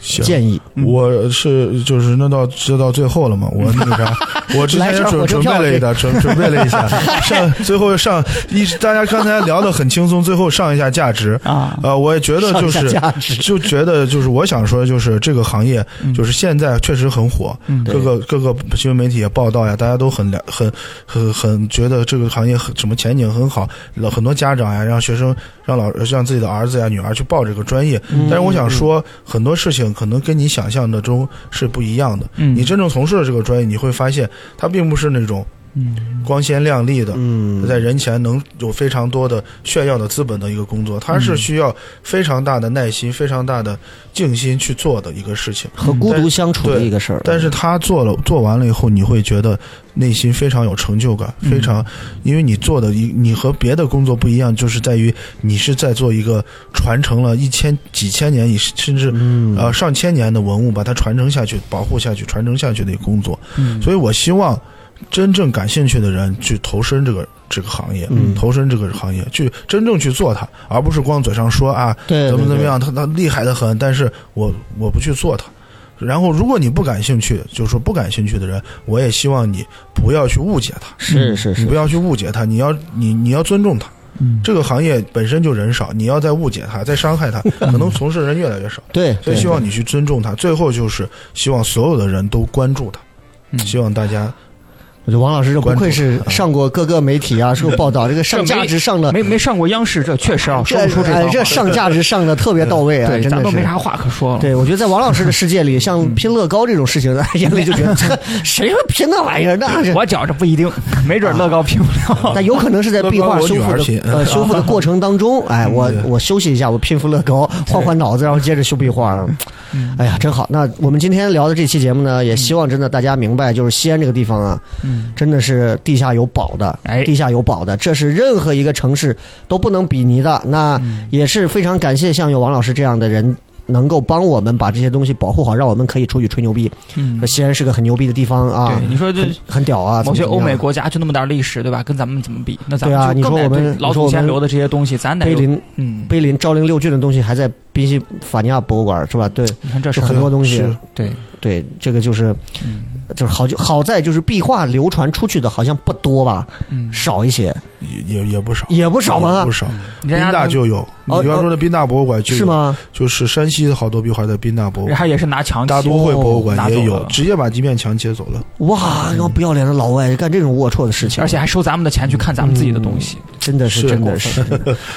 D: 行
B: 建议。
D: 我是就是那到这到最后了嘛，我那个 啥，我之前
B: 来
D: 也
B: 一场
D: 准
B: 火车
D: 准备
B: 票
D: 了一下，准准备了一 下，上最后上一大家刚才聊的很轻松，最后上一下价值
C: 啊
D: 呃，我也觉得就
B: 嗯上
D: 是
B: 一下价值
D: 就觉得就是我想说的就是这个行业
B: 嗯
D: 就是现在确实很火，
C: 嗯
D: 各个各个新闻媒体也报道呀，大家都很了很很很觉得这个行业很什么前景很好，老很多家长呀让学生让老让自己的儿子呀女儿去报这个专业，
C: 嗯
D: 但是我想说很多事情可能跟你想象的中是不一样的，
C: 嗯
D: 你真正从事了这个专业，你会发现它并不是那种
C: 嗯
D: 光鲜亮丽的，
B: 嗯，
D: 在人前能有非常多的炫耀的资本的一个工作，它
C: 嗯
D: 是需要非常大的耐心、非常大的静心去做的一个事情。
B: 和孤独相处的一个事儿。
D: 但是他做了做完了以后，你会觉得内心非常有成就感，
C: 嗯
D: 非常，因为你做的一你和别的工作不一样，就是在于你是在做一个传承了一千几千年，以甚至
B: 嗯，
D: 呃上千年的文物，把它传承下去、保护下去、传承下去的一个工作。
C: 嗯
D: 所以我希望真正感兴趣的人去投身这个这个行业，
B: 嗯
D: 投身这个行业，去真正去做它，而不是光嘴上说啊
B: 对
D: 怎么
B: 对
D: 怎么
B: 对
D: 样，他他厉害的很，但是我我不去做它。然后，如果你不感兴趣，就是说不感兴趣的人，我也希望你不要去误解他，
B: 是是
D: 你
B: 是
D: 嗯不，要去误解他，你要你你要尊重他。
C: 嗯
D: 这个行业本身就人少，你要再误解他，再 伤害他，可能从事人越来越少。
B: 对，
D: 所
B: 对
D: 以希望你去尊重他。最后就是希望所有的人都关注他，
C: 嗯
D: 希望大家
B: 我觉得王老师这不
D: 关注
B: 愧是
D: 啊
B: 上过各个媒体 啊，受报道，这个上价值上的，
C: 没没上过央视，这确实啊，说不出这
B: 哎
C: 套
B: 这
C: 话。
B: 上价值上的特别到位啊，
C: 对，
B: 真
C: 咱
B: 的
C: 都
B: 是
C: 没。啥嗯话可说了。
B: 对，我觉得在王老师的世界里，像拼乐高这种事情， 在眼里就 觉得这谁会拼那玩意儿？那是，
C: 我觉着不一定，没
B: 啊
C: 准乐高 拼不了。
B: 那有可能是在壁画
D: 乐高我
B: 修
D: 女
B: 复
D: 儿嗯拼
B: 的 呃修复的过程当中，哎，我我休息一下，我拼副乐高，换换脑子，然后接着修壁画。
D: 嗯
B: 哎呀，真好！那我们今天聊的这期节目呢，也希望真的大家明白，就是西安这个地方啊，
C: 嗯
B: 真的是地下有宝的，
C: 哎
B: 地下有宝的，这是任何一个城市都不能比拟的。那
C: 嗯
B: 也是非常感谢像有王老师这样的人，能够帮我们把这些东西保护好，让我们可以出去吹牛逼。
C: 嗯
B: 说，西安是个很牛逼的地方啊
C: 对，，你说这
B: 很很屌啊！
C: 某些
B: 怎么
C: 欧
B: 怎么
C: 美
B: 样
C: 国家就那么点历史，对吧？跟咱们怎么比？那咱
B: 对啊
C: 们
B: 你
C: 就
B: 说
C: 更得
B: 我们
C: 对老祖先留的这些东西，咱得
B: 碑
C: 有
B: 林、
C: 嗯，
B: 碑林、昭陵六郡的东西还在宾夕法尼亚博物馆是吧？对，
C: 你看这
B: 就是很多东西
D: 是。
C: 对，
B: 对，这个就是，
C: 嗯
B: 就是好就好在就是壁画流传出去的好像不多吧，
C: 嗯，
B: 少一些，
D: 也也也不少，
B: 也不少吧
D: 也不少。
C: 你
D: 宾
C: 人
D: 大
C: 家
D: 就有，你
B: 哦
D: 比方说那宾大博物馆就有
B: 是？吗？
D: 就是山西的好多壁画在宾大博物
C: 人家
D: 馆、
C: 也是拿强哦
D: 大都会博物
C: 拿走
D: 馆也
B: 哦
D: 有
C: 了，
D: 直接把一面墙接走了。
B: 哇，要不要脸的老外干这种龌龊的事情，
C: 嗯而且还收咱们的钱去看咱们自己的东西，
B: 真的是
D: 是
B: 真的是，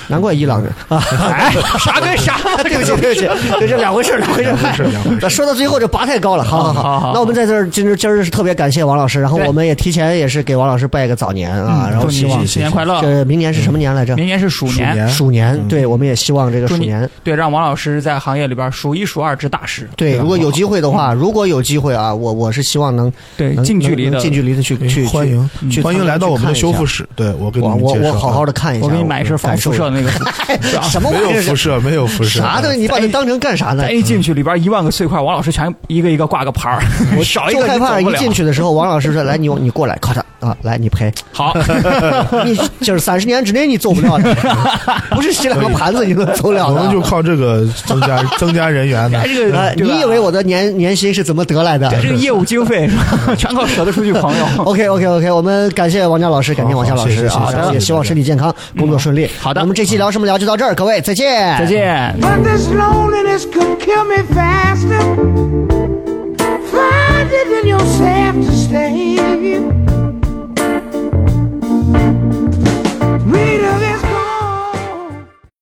B: 难怪伊朗 人啊，
C: 哎，啥跟啥？
B: 对不起对不起，这是两回事儿两回事儿。
D: 两回事两回事
B: 那说到最后这拔太高了，好好
C: 好好好
B: 那我们在这儿今儿今儿是特别感谢王老师，然后
C: 对
B: 我们也提前也是给王老师拜个早年啊，然后
C: 祝
B: 希望
C: 你新年快乐，
B: 这明年是什么年来着？
C: 嗯
B: 啊
C: 明年是鼠
D: 鼠
C: 年嗯
D: 年，
B: 鼠年，对，我们也希望这个
C: 祝
B: 鼠
C: 你
B: 年。
C: 对，让王老师在行业里边数一数二之大师。
B: 对，
C: 吧
B: 如果有
C: 好嗯
B: 机会的话，如果有机会啊，我我是希望能
C: 对
B: 能
C: 近距离
B: 能
C: 的
B: 能近距离的去 去
D: 欢迎
C: 嗯
B: 去去
D: 欢迎来到我们的
B: 去看
D: 修
B: 一下
D: 复室，对我给你
B: 我
D: 们
B: 我
D: 介绍。
B: 我好好的看一下，
C: 我给你买一身防
B: 感受哎
C: 辐射的 那个，是吧
B: 什么玩
D: 没
B: 意
D: 有辐
B: 儿？
D: 射，没有辐射，
B: 啥东西？你把
C: 哎
B: 它当成干啥呢
C: 咱？一进去里边一万个碎块，王老师全一个一个挂个牌儿， 少一
B: 就
C: 个
B: 害
C: 你
B: 怕
C: 走不
B: 一
C: 了
B: 进。去的时候，王老师说：“来，你你过来，咔嚓啊，来你赔，
C: 好，
B: 你就是三十年之内你走不了的， 不是洗两个盘子你能走了
D: 我们就
B: 的。
D: 靠这个增加 增加人员呢。
C: 这个
B: 哎
C: 对吧
B: 你以为我的年年薪是怎么得来的？
C: 这个业务经费是吧 全靠舍得出去朋 友。
B: OK OK OK，我们感谢王佳老师，感谢王佳老师
D: 好好
B: 啊，
D: 谢谢
B: 然后
D: 谢
B: 也
D: 谢
B: 希望身体健康，工作顺利。
C: 嗯好的
B: 我们这期聊什么聊就到这儿，各位再见，
C: 再。见。
A: But this loneliness could kill me faster. Find it in yourself to stay.